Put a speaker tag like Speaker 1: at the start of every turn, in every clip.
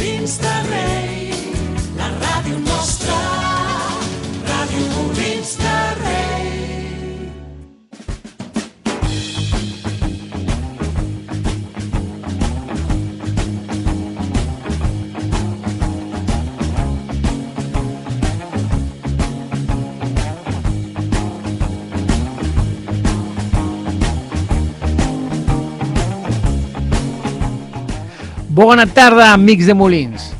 Speaker 1: Insta Rei, la ràdio nostra, Ràdio Molins de Rei.
Speaker 2: Buenas tardes, amics de Molins.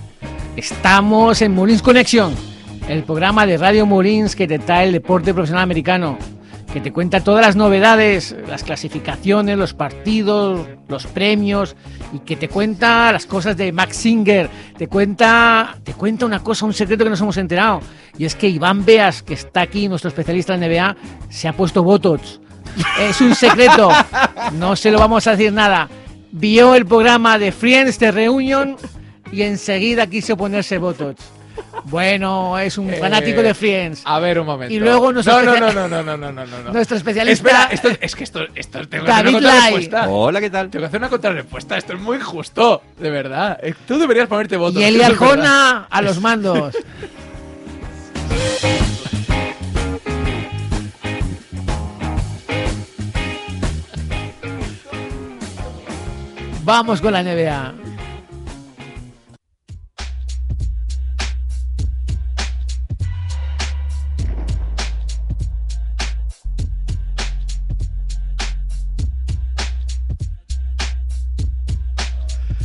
Speaker 2: Estamos en Molins Conexión, el programa de Radio Molins que te trae el deporte profesional americano, que te cuenta todas las novedades, las clasificaciones, los partidos, los premios y que te cuenta las cosas de Max Singer. Te cuenta, te cuenta una cosa, un secreto que nos hemos enterado. Y es que Iván Beas, que está aquí, nuestro especialista en NBA, se ha puesto Botox. Es un secreto. No se lo vamos a decir nada. Vio el programa de Friends de Reunion y enseguida quiso ponerse Botox. Bueno, es
Speaker 3: Eh,
Speaker 2: un fanático de Friends.
Speaker 3: A ver, un momento.
Speaker 2: Y luego nos
Speaker 3: no, no,
Speaker 2: ofrece-
Speaker 3: no, no, no, no, no, no, no, no.
Speaker 2: Nuestro especialista.
Speaker 3: Espera, esto, es que esto, esto tengo que hacer
Speaker 2: David
Speaker 3: una
Speaker 2: Lai.
Speaker 3: contrarrespuesta.
Speaker 4: Hola, ¿qué tal?
Speaker 3: Tengo que hacer una contrarrespuesta. Esto es muy injusto, de verdad. Eh, Tú deberías ponerte votos.
Speaker 2: Y
Speaker 3: eso
Speaker 2: el
Speaker 3: es verdad.
Speaker 2: Arjona a los mandos. Vamos con la NBA.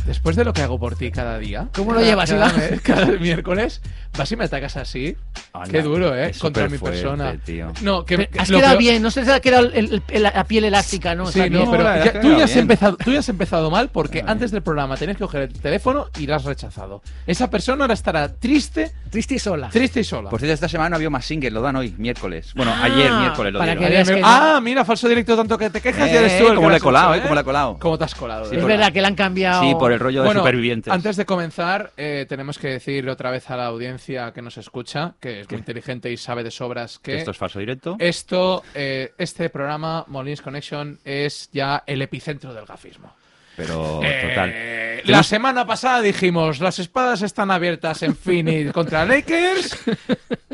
Speaker 3: Después de lo que hago por ti cada día.
Speaker 2: ¿Cómo lo
Speaker 3: cada-
Speaker 2: llevas,
Speaker 3: cada,
Speaker 2: Iván?
Speaker 3: mes- cada miércoles. Vas y me atacas así.
Speaker 4: Anda,
Speaker 3: Qué duro, ¿eh?
Speaker 4: es
Speaker 3: Contra mi
Speaker 4: superfuerte,
Speaker 3: persona.
Speaker 4: tío.
Speaker 3: No, que.
Speaker 2: Has
Speaker 3: lo
Speaker 2: quedado
Speaker 3: peor-
Speaker 2: bien, no se te ha quedado el- el- la piel elástica, ¿no?
Speaker 3: Sí,
Speaker 2: Está
Speaker 3: no,
Speaker 2: bien.
Speaker 3: pero
Speaker 4: No, la
Speaker 3: ya-
Speaker 4: verdad es que
Speaker 3: tú, ya has
Speaker 4: bien.
Speaker 3: empezado, tú ya has empezado mal porque
Speaker 4: Queda
Speaker 3: antes del programa tenías que coger el teléfono y lo has rechazado. Esa persona ahora estará triste,
Speaker 2: Triste y sola.
Speaker 3: triste y sola.
Speaker 4: Por cierto, esta semana no había más singles, lo dan hoy, miércoles. Bueno,
Speaker 2: Ah,
Speaker 4: ayer miércoles lo
Speaker 2: para
Speaker 4: dieron.
Speaker 2: que
Speaker 3: Ayer
Speaker 2: veas
Speaker 3: me-
Speaker 2: que no.
Speaker 3: ah, mira, falso directo, tanto que te quejas y eres
Speaker 4: Eh,
Speaker 3: tú el
Speaker 4: cómo
Speaker 3: que
Speaker 4: le
Speaker 3: lo
Speaker 4: he
Speaker 3: has
Speaker 4: colado,
Speaker 3: hecho,
Speaker 4: eh, cómo le he colado.
Speaker 3: Cómo te has colado.
Speaker 4: Sí,
Speaker 3: eh.
Speaker 2: es
Speaker 4: por-
Speaker 2: verdad que la han cambiado.
Speaker 4: Sí, por el rollo
Speaker 3: Bueno,
Speaker 4: de supervivientes.
Speaker 3: antes de comenzar, eh, tenemos que decir otra vez a la audiencia que nos escucha, que es muy inteligente y sabe de sobras que
Speaker 4: Esto es falso directo.
Speaker 3: esto, eh, este programa, Molins Connection, es ya el epicentro del gafismo.
Speaker 4: Pero
Speaker 3: Eh,
Speaker 4: Oh, total.
Speaker 3: La
Speaker 4: Tenemos-
Speaker 3: semana pasada dijimos, las espadas están abiertas en Phoenix contra Lakers.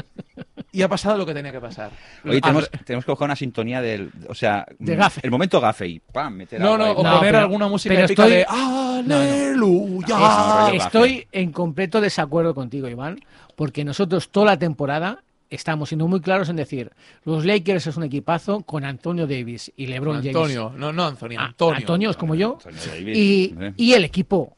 Speaker 3: Y ha pasado lo que tenía que pasar.
Speaker 4: Hoy
Speaker 3: Al-
Speaker 4: tenemos, tenemos que buscar una sintonía del. O sea,
Speaker 2: De
Speaker 4: mm,
Speaker 2: gafe.
Speaker 4: el momento gafe y ¡pam! Meter
Speaker 3: No, no, o
Speaker 4: algo ahí.
Speaker 2: No,
Speaker 3: poner
Speaker 2: pero-
Speaker 3: alguna música
Speaker 2: pero
Speaker 3: épica
Speaker 2: estoy-
Speaker 3: de ¡Aleluya!
Speaker 4: No, no,
Speaker 2: Es-
Speaker 4: no,
Speaker 2: estoy en completo desacuerdo contigo, Iván, porque nosotros toda la temporada estamos siendo muy claros en decir, los Lakers es un equipazo con Antonio Davis y LeBron James.
Speaker 3: Antonio, no, no, Antonio,
Speaker 2: Ah,
Speaker 3: Antonio.
Speaker 2: Antonio es como yo.
Speaker 4: Antonio ¿eh? Davis,
Speaker 2: Y,
Speaker 4: hombre.
Speaker 2: y el equipo,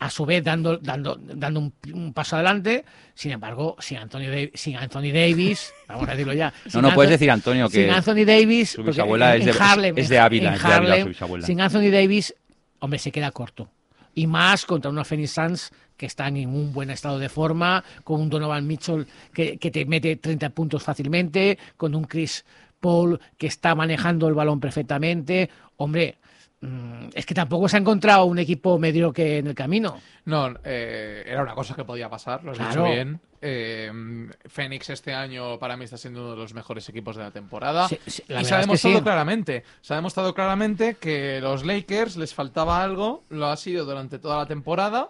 Speaker 2: a su vez, dando, dando, dando un, un paso adelante. Sin embargo, sin Antonio, Da- sin Anthony Davis, vamos a decirlo ya. sin
Speaker 4: no puedes
Speaker 2: Anthon-
Speaker 4: decir Antonio, que
Speaker 2: Sin Anthony Davis.
Speaker 4: su
Speaker 2: porque
Speaker 4: bisabuela
Speaker 2: en-
Speaker 4: es de-
Speaker 2: en Harlem,
Speaker 4: es de
Speaker 2: en-
Speaker 4: Ávila,
Speaker 2: en
Speaker 4: es de Ávila su
Speaker 2: Harlem,
Speaker 4: bisabuela.
Speaker 2: Sin Anthony Davis, hombre, se queda corto. Y más contra unos Phoenix Suns que están en un buen estado de forma, con un Donovan Mitchell que, que te mete 30 puntos fácilmente, con un Chris Paul que está manejando el balón perfectamente. Hombre, mm, es que tampoco se ha encontrado un equipo mediocre en el camino.
Speaker 3: No, eh, era una cosa que podía pasar, lo has
Speaker 2: Claro.
Speaker 3: dicho bien. Eh, Fénix este año para mí está siendo uno de los mejores equipos de la temporada.
Speaker 2: Sí, sí, la
Speaker 3: Ah,
Speaker 2: verdad
Speaker 3: y
Speaker 2: es
Speaker 3: se
Speaker 2: que
Speaker 3: ha demostrado
Speaker 2: sí.
Speaker 3: claramente, se ha demostrado claramente que los Lakers les faltaba algo, lo ha sido durante toda la temporada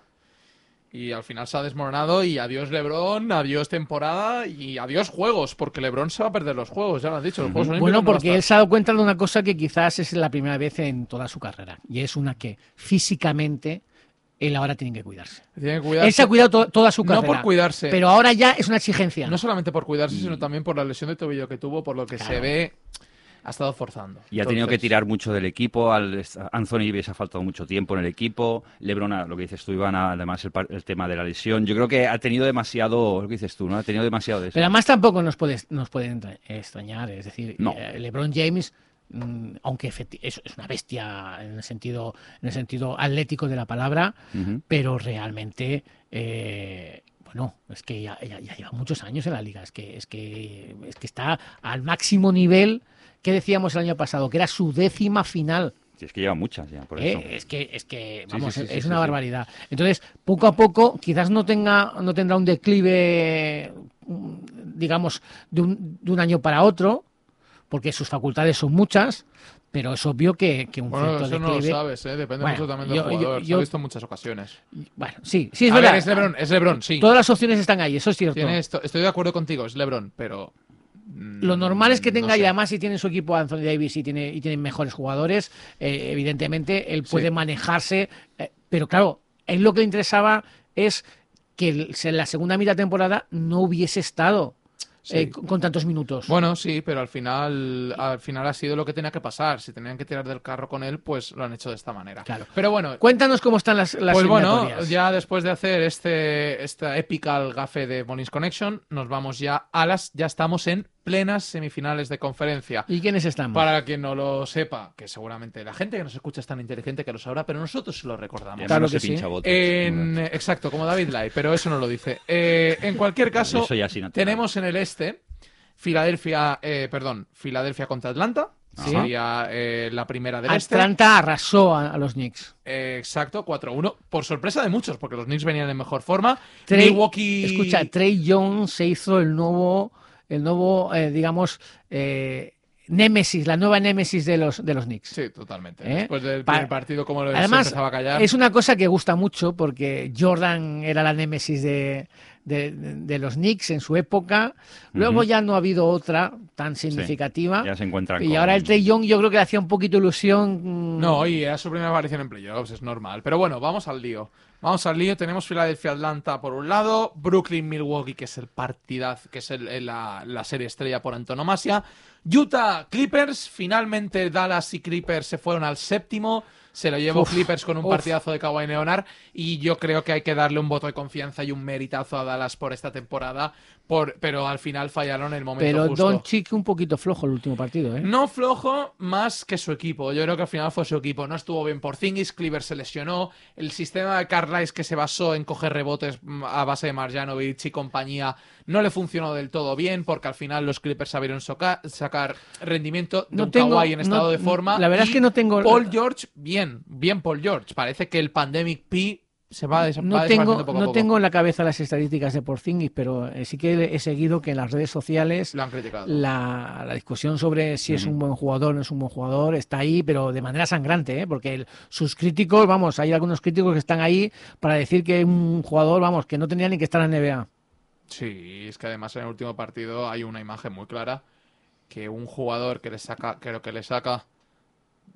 Speaker 3: y al final se ha desmoronado y adiós LeBron, adiós temporada y adiós juegos, porque LeBron se va a perder los juegos, ya lo has dicho, los Juegos Olímpicos
Speaker 2: Bueno,
Speaker 3: no va a
Speaker 2: porque él
Speaker 3: estar.
Speaker 2: se ha dado cuenta de una cosa que quizás es la primera vez en toda su carrera, y es una que físicamente él ahora tiene que cuidarse.
Speaker 3: Tiene que
Speaker 2: Él se ha
Speaker 3: cuidarse,
Speaker 2: cuidado to- toda su
Speaker 3: No
Speaker 2: carrera.
Speaker 3: por cuidarse.
Speaker 2: Pero ahora ya es una exigencia.
Speaker 3: no solamente por cuidarse,
Speaker 4: Mm.
Speaker 3: sino también por la lesión de tobillo que tuvo, por lo que se
Speaker 2: Claro.
Speaker 3: ve ha estado forzando.
Speaker 4: Y ha tenido que
Speaker 3: Entonces-
Speaker 4: tirar mucho del equipo. Al, Anthony Davis ha faltado mucho tiempo en el equipo. Lebron, a- lo que dices tú, Iván, además el, par- el tema de la lesión. Yo creo que ha tenido demasiado, lo que dices tú, ¿no? Ha tenido demasiado de eso.
Speaker 2: Pero además tampoco nos puede, nos puede entra- extrañar. Es decir,
Speaker 4: No.
Speaker 2: eh, LeBron James, mm, aunque efecti- es, es una bestia en el sentido, en el sentido atlético de la palabra,
Speaker 4: Ujú.
Speaker 2: pero realmente, eh, bueno, es que ya, ya- ya lleva muchos años en la liga, es que, es que, es que está al máximo nivel que decíamos el año pasado, que era su décima final.
Speaker 4: Si es que lleva muchas ya, por
Speaker 2: ¿eh?
Speaker 4: eso.
Speaker 2: Es que, es que,
Speaker 4: Sí,
Speaker 2: vamos,
Speaker 4: sí, sí,
Speaker 2: es
Speaker 4: sí,
Speaker 2: una
Speaker 4: sí, sí.
Speaker 2: barbaridad. Entonces, poco a poco, quizás no tenga, no tendrá un declive, mm, digamos, de un, de un año para otro, porque sus facultades son muchas, pero es obvio que, que un
Speaker 3: Bueno,
Speaker 2: cierto
Speaker 3: eso no lo
Speaker 2: declive...
Speaker 3: sabes, ¿eh? depende
Speaker 2: Bueno,
Speaker 3: mucho también del
Speaker 2: yo- yo-
Speaker 3: jugador. Se
Speaker 2: yo-
Speaker 3: ha visto en muchas ocasiones.
Speaker 2: Bueno, sí, sí, es
Speaker 3: A ver,
Speaker 2: verdad.
Speaker 3: es LeBron, es LeBron, sí.
Speaker 2: Todas las opciones están ahí, eso es cierto.
Speaker 3: Tiene esto- estoy de acuerdo contigo, es LeBron, pero. mm,
Speaker 2: Lo normal es que tenga,
Speaker 3: no sé.
Speaker 2: y además si tiene su equipo Anthony Davis y tiene, y tienen mejores jugadores, eh, evidentemente él
Speaker 3: Sí.
Speaker 2: puede manejarse, eh, pero claro, él lo que le interesaba es que el- se- en la segunda mitad de temporada no hubiese estado
Speaker 3: Sí.
Speaker 2: eh, con, con tantos minutos.
Speaker 3: Bueno, sí, pero al final, al final ha sido lo que tenía que pasar. Si tenían que tirar del carro con él, pues lo han hecho de esta manera.
Speaker 2: Claro.
Speaker 3: Pero bueno,
Speaker 2: Cuéntanos cómo están las, las
Speaker 3: pues bueno,
Speaker 2: eliminatorias.
Speaker 3: ya después de hacer este esta épica al gafe de Molins Connection, nos vamos ya a las, ya estamos en plenas semifinales de conferencia.
Speaker 2: ¿Y quiénes estamos?
Speaker 3: Para quien no lo sepa, que seguramente la gente que nos escucha es tan inteligente que lo sabrá, pero nosotros se lo recordamos.
Speaker 4: Además,
Speaker 2: Claro
Speaker 4: no
Speaker 2: que
Speaker 4: se
Speaker 2: sí.
Speaker 4: pincha botox,
Speaker 3: En-
Speaker 4: nada.
Speaker 3: exacto, como David Lai, pero eso no lo dice. Eh, en cualquier
Speaker 4: Yo
Speaker 3: caso,
Speaker 4: soy así natural.
Speaker 3: tenemos en el este Filadelfia, eh, perdón, Filadelfia contra Atlanta.
Speaker 4: Sí.
Speaker 3: Sería eh, la primera del este.
Speaker 2: Atlanta arrasó a, a los Knicks.
Speaker 3: Eh, exacto, 4-1. Por sorpresa de muchos, porque los Knicks venían en mejor forma.
Speaker 2: Trey-
Speaker 3: Milwaukee.
Speaker 2: Escucha, Trey Jones se hizo el nuevo, el nuevo, eh, digamos, eh, némesis, la nueva némesis de los, de los Knicks.
Speaker 3: Sí, totalmente.
Speaker 2: ¿Eh?
Speaker 3: Después del
Speaker 2: Pa-
Speaker 3: primer partido, como lo
Speaker 2: Además,
Speaker 3: empezaba a callar.
Speaker 2: Es una cosa que gusta mucho porque Jordan era la némesis de, de- de los Knicks en su época. Luego
Speaker 4: Ujú.
Speaker 2: ya no ha habido otra tan significativa.
Speaker 4: Ya se encuentran
Speaker 2: y
Speaker 4: con-
Speaker 2: ahora el Trey Young yo creo que le hacía un poquito ilusión. mm,
Speaker 3: No, y era su primera aparición en playoffs, es normal. Pero bueno, vamos al lío. Vamos al lío. Tenemos Filadelfia Atlanta por un lado, Brooklyn Milwaukee, que es el partidaz, que es el- el- la, la serie estrella por antonomasia. Utah Clippers, finalmente Dallas y Clippers se fueron al séptimo. Se lo llevó
Speaker 2: Uf,
Speaker 3: Clippers con un
Speaker 2: uf.
Speaker 3: partidazo de Kawhi Leonard y yo creo que hay que darle un voto de confianza y un meritazo a Dallas por esta temporada, por, pero al final fallaron en el momento
Speaker 2: pero
Speaker 3: justo.
Speaker 2: Don Chick un poquito flojo el último partido. ¿eh?
Speaker 3: No flojo más que su equipo. Yo creo que al final fue su equipo. No estuvo bien por Zingis, Cleaver se lesionó. El sistema de Carlisle que se basó en coger rebotes mm, a base de Marjanovic y compañía no le funcionó del todo bien porque al final los Clippers sabieron soca- sacar rendimiento de
Speaker 2: No
Speaker 3: un
Speaker 2: tengo-
Speaker 3: Kawhi en
Speaker 2: no-
Speaker 3: estado de forma.
Speaker 2: la verdad es
Speaker 3: Y
Speaker 2: que no tengo-
Speaker 3: Paul George, bien, bien Paul George. Parece que el Pandemic P se va, a des- va
Speaker 2: No
Speaker 3: desapareciendo
Speaker 2: tengo,
Speaker 3: poco a
Speaker 2: no
Speaker 3: poco.
Speaker 2: tengo en la cabeza las estadísticas de Porzingis, pero eh, sí que he seguido que en las redes sociales
Speaker 3: Lo han criticado.
Speaker 2: la, la discusión sobre si es
Speaker 4: Ujú.
Speaker 2: un buen jugador o no es un buen jugador está ahí, pero de manera sangrante, ¿eh? porque el- sus críticos, vamos, hay algunos críticos que están ahí para decir que un jugador, vamos, que no tenía ni que estar en la NBA.
Speaker 3: Sí, es que además en el último partido hay una imagen muy clara que un jugador que le saca, creo que le saca,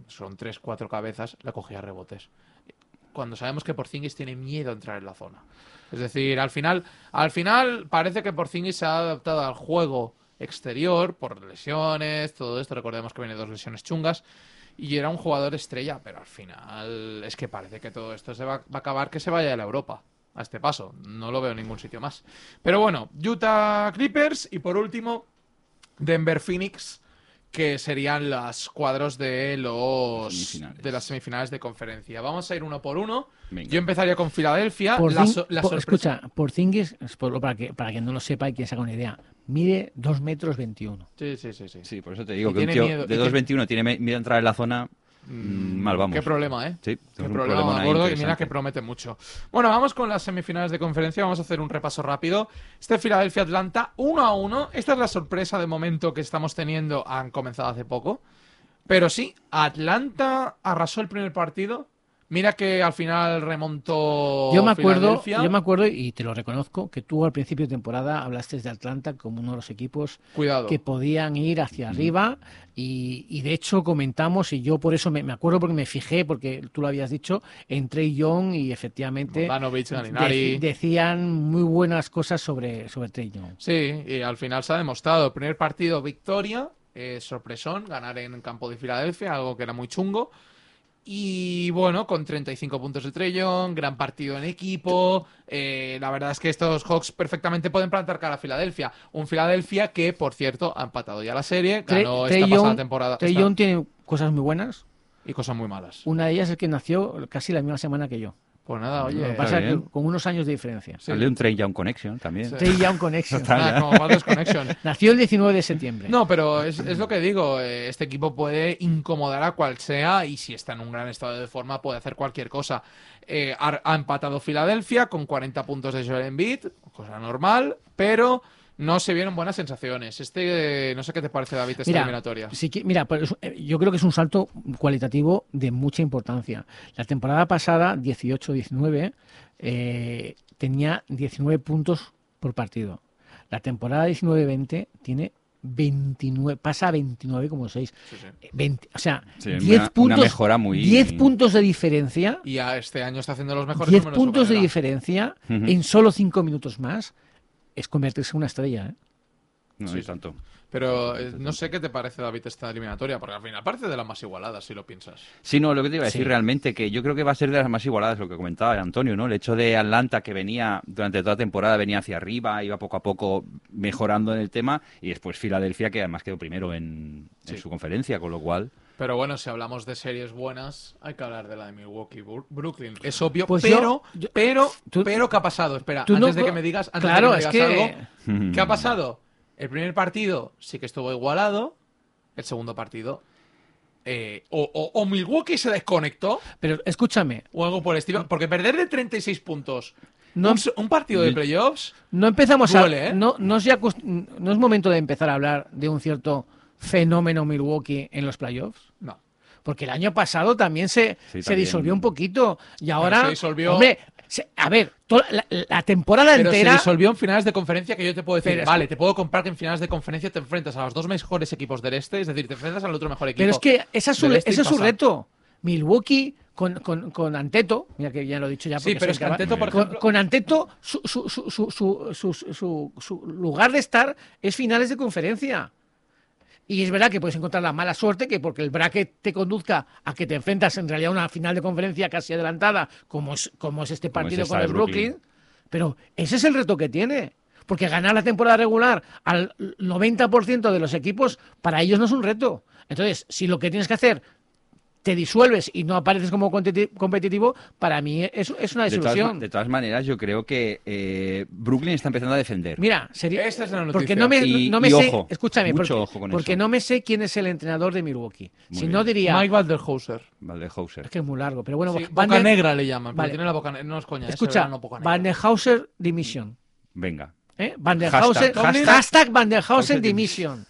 Speaker 3: son tres, cuatro cabezas, le cogía rebotes. Cuando sabemos que Porzingis tiene miedo a entrar en la zona. Es decir, al final, al final parece que Porzingis se ha adaptado al juego exterior por lesiones, todo esto. Recordemos que viene dos lesiones chungas. Y era un jugador estrella, pero al final es que parece que todo esto se va, va a acabar que se vaya de la Europa a este paso. No lo veo en ningún sitio más. Pero bueno, Utah Clippers y por último Denver Phoenix, que serían los cuadros de los
Speaker 4: Semifinales.
Speaker 3: de las semifinales de conferencia. Vamos a ir uno por uno.
Speaker 4: Venga.
Speaker 3: Yo empezaría con Filadelfia.
Speaker 2: Por
Speaker 3: Ah, la so- la sorpresa-
Speaker 2: escucha, Porzingis, es por- para que para quien no lo sepa y quien se haga una idea, mide 2 metros 21.
Speaker 3: Sí, sí, sí, sí.
Speaker 4: Sí, por eso te digo
Speaker 3: Y
Speaker 4: que un
Speaker 3: tiene
Speaker 4: tío
Speaker 3: miedo, y
Speaker 4: de
Speaker 3: tiene-
Speaker 4: 2.21 tiene me- miedo a entrar en la zona.
Speaker 3: Mm,
Speaker 4: mm, mal vamos.
Speaker 3: Qué problema, ¿eh?
Speaker 4: Sí,
Speaker 3: Qué
Speaker 4: tenemos un
Speaker 3: problema,
Speaker 4: problemón ahí
Speaker 3: gordo, y mira
Speaker 4: interesante.
Speaker 3: que promete mucho. Bueno, vamos con las semifinales de conferencia. Vamos a hacer un repaso rápido. Este Filadelfia-Atlanta, 1 a 1. Esta es la sorpresa de momento que estamos teniendo. Han comenzado hace poco. Pero sí, Atlanta arrasó el primer partido. Mira que al final remontó.
Speaker 2: Yo me acuerdo,
Speaker 3: Oh, Filadelfia.
Speaker 2: yo me acuerdo y te lo reconozco que tú al principio de temporada hablaste de Atlanta como uno de los equipos
Speaker 3: Cuidado.
Speaker 2: que podían ir hacia arriba y, y de hecho comentamos y yo por eso me, me acuerdo porque me fijé porque tú lo habías dicho entre Trey Young y efectivamente
Speaker 3: Bogdanovic, Gallinari.
Speaker 2: deci- decían muy buenas cosas sobre, sobre Trey Young.
Speaker 3: Sí, y al final se ha demostrado. Primer partido, victoria, eh, sorpresón, ganar en campo de Filadelfia, algo que era muy chungo. Y bueno, con 35 puntos de Trellón, gran partido en equipo. eh, la verdad es que estos Hawks perfectamente pueden plantar cara a Filadelfia. Un Filadelfia que, por cierto, ha empatado ya la serie,
Speaker 2: Trey-
Speaker 3: ganó
Speaker 2: Trey
Speaker 3: esta pasada
Speaker 2: Young-
Speaker 3: temporada
Speaker 2: Trey
Speaker 3: esta-
Speaker 2: Young tiene cosas muy buenas.
Speaker 3: y cosas muy malas.
Speaker 2: Una de ellas es que nació casi la misma semana que yo.
Speaker 3: Pues nada,
Speaker 2: Lo
Speaker 3: oye.
Speaker 2: que pasa es que
Speaker 4: bien.
Speaker 2: con unos años de diferencia.
Speaker 3: sí.
Speaker 4: Hazle un Train Down Connection también.
Speaker 3: Sí.
Speaker 2: Trey Young con éxito.
Speaker 3: Nada, como Bad News Connection.
Speaker 2: Nació el 19 de septiembre.
Speaker 3: No, pero es, es lo que digo. eh, Este equipo puede incomodar a cual sea y si está en un gran estado de forma puede hacer cualquier cosa. Eh, ha, ha empatado Filadelfia con 40 puntos de Joel Embiid, cosa normal, pero no se vieron buenas sensaciones. Este, eh, no sé qué te parece, David, esta eliminatoria.
Speaker 2: sí que- mira, pues, eh, yo creo que es un salto cualitativo de mucha importancia. La temporada pasada, 18-19, eh, tenía 19 puntos por partido. La temporada 19-20 tiene 29, pasa a 29,6.
Speaker 3: Sí, sí.
Speaker 2: Eh, 20, o sea,
Speaker 4: Sí,
Speaker 2: 10
Speaker 4: una- una
Speaker 2: puntos.
Speaker 4: mejora muy-
Speaker 2: 10 puntos de diferencia.
Speaker 3: Y a este año está haciendo los mejores
Speaker 2: 10
Speaker 3: números su
Speaker 2: puntos de
Speaker 3: carrera.
Speaker 2: diferencia
Speaker 4: Ujú.
Speaker 2: en solo 5 minutos más es convertirse en una estrella. ¿eh?
Speaker 4: No,
Speaker 3: Sí,
Speaker 4: no
Speaker 3: sí.
Speaker 4: tanto.
Speaker 3: Pero eh, no sé qué te parece, David, esta eliminatoria, porque al final parece de las más igualadas, si lo piensas.
Speaker 4: Sí, no, lo que te iba a decir
Speaker 2: Sí.
Speaker 4: realmente, que yo creo que va a ser de las más igualadas, lo que comentaba Antonio, ¿no? El hecho de Atlanta, que venía durante toda la temporada, venía hacia arriba, iba poco a poco mejorando en el tema, y después Filadelfia, que además quedó primero en, en
Speaker 3: Sí.
Speaker 4: su conferencia, con lo cual...
Speaker 3: Pero bueno, si hablamos de series buenas, hay que hablar de la de Milwaukee Bru- Brooklyn. Es obvio,
Speaker 2: Pues
Speaker 3: pero,
Speaker 2: yo- yo-
Speaker 3: pero,
Speaker 2: tú-
Speaker 3: pero, ¿qué ha pasado? Espera,
Speaker 2: tú
Speaker 3: antes
Speaker 2: no-
Speaker 3: de que me digas, antes
Speaker 2: Claro,
Speaker 3: de
Speaker 2: es
Speaker 3: que me digas
Speaker 2: que-
Speaker 4: Mm.
Speaker 3: algo, ¿qué ha pasado? El primer partido sí que estuvo igualado, el segundo partido, eh, o, o- o Milwaukee se desconectó,
Speaker 2: Pero escúchame,
Speaker 3: o algo por el estilo, porque perder de 36 puntos
Speaker 2: No-
Speaker 3: un, s- un partido de playoffs,
Speaker 2: No empezamos
Speaker 3: Duele,
Speaker 2: a.
Speaker 3: ¿eh?
Speaker 2: No, no, se acus- no es momento de empezar a hablar de un cierto fenómeno Milwaukee en los playoffs.
Speaker 3: no.
Speaker 2: Porque el año pasado también se, se
Speaker 4: Sí, también.
Speaker 2: disolvió un poquito. Y ahora.
Speaker 3: se disolvió-
Speaker 2: Hombre, se- a ver, to- la, la temporada
Speaker 3: Pero
Speaker 2: entera.
Speaker 3: se disolvió en finales de conferencia que yo te puedo decir,
Speaker 2: Pero es-
Speaker 3: vale, te puedo comprar que en finales de conferencia te enfrentas a los dos mejores equipos del este, es decir, te enfrentas al otro mejor equipo.
Speaker 2: Pero es que esa es su,
Speaker 3: del este y
Speaker 2: ese es su
Speaker 3: pasa.
Speaker 2: reto. Milwaukee con, con, con Anteto, mira que ya lo he dicho ya.
Speaker 3: Sí,
Speaker 2: porque soy
Speaker 3: pero es que
Speaker 2: cava-
Speaker 3: Anteto, por
Speaker 2: con,
Speaker 3: ejemplo-
Speaker 2: con Anteto, su, su, su, su, su- su- su- su lugar de estar es finales de conferencia. Y es verdad que puedes encontrar la mala suerte que porque el bracket te conduzca a que te enfrentas en realidad a una final de conferencia casi adelantada, como es, como es este
Speaker 4: Como es
Speaker 2: partido
Speaker 4: esta
Speaker 2: con
Speaker 4: de
Speaker 2: el Brooklyn.
Speaker 4: Brooklyn.
Speaker 2: Pero ese es el reto que tiene. Porque ganar la temporada regular al 90% de los equipos, para ellos no es un reto. Entonces, si lo que tienes que hacer te disuelves y no apareces como competi- competitivo, para mí es, es una
Speaker 4: De todas, ma-
Speaker 2: desilusión.
Speaker 4: de todas maneras, yo creo que eh, Brooklyn está empezando a defender.
Speaker 2: Mira, sería.
Speaker 3: Esta es la noticia.
Speaker 2: Porque no me,
Speaker 4: Y-
Speaker 2: no me
Speaker 4: y
Speaker 2: sé.
Speaker 4: ojo,
Speaker 2: escúchame,
Speaker 4: mucho
Speaker 2: porque,
Speaker 4: ojo con
Speaker 2: porque
Speaker 4: eso.
Speaker 2: no me sé quién es el entrenador de Milwaukee.
Speaker 4: Muy
Speaker 2: si no
Speaker 4: bien.
Speaker 2: diría.
Speaker 3: Mike Valderhauser.
Speaker 4: Vale, Hauser.
Speaker 2: Es que es muy largo, pero bueno,
Speaker 3: Sí,
Speaker 2: Van
Speaker 3: boca
Speaker 2: der-
Speaker 3: negra le llaman,
Speaker 2: Vale.
Speaker 3: pero tiene la boca negra. No es coña.
Speaker 2: Escucha, Van der Hauser Dimission.
Speaker 4: Venga.
Speaker 2: ¿Eh? Van der Hauser,
Speaker 4: Hashtag,
Speaker 2: hashtag,
Speaker 4: hashtag.
Speaker 2: Van der Hauser
Speaker 4: Hauser
Speaker 2: Dimission.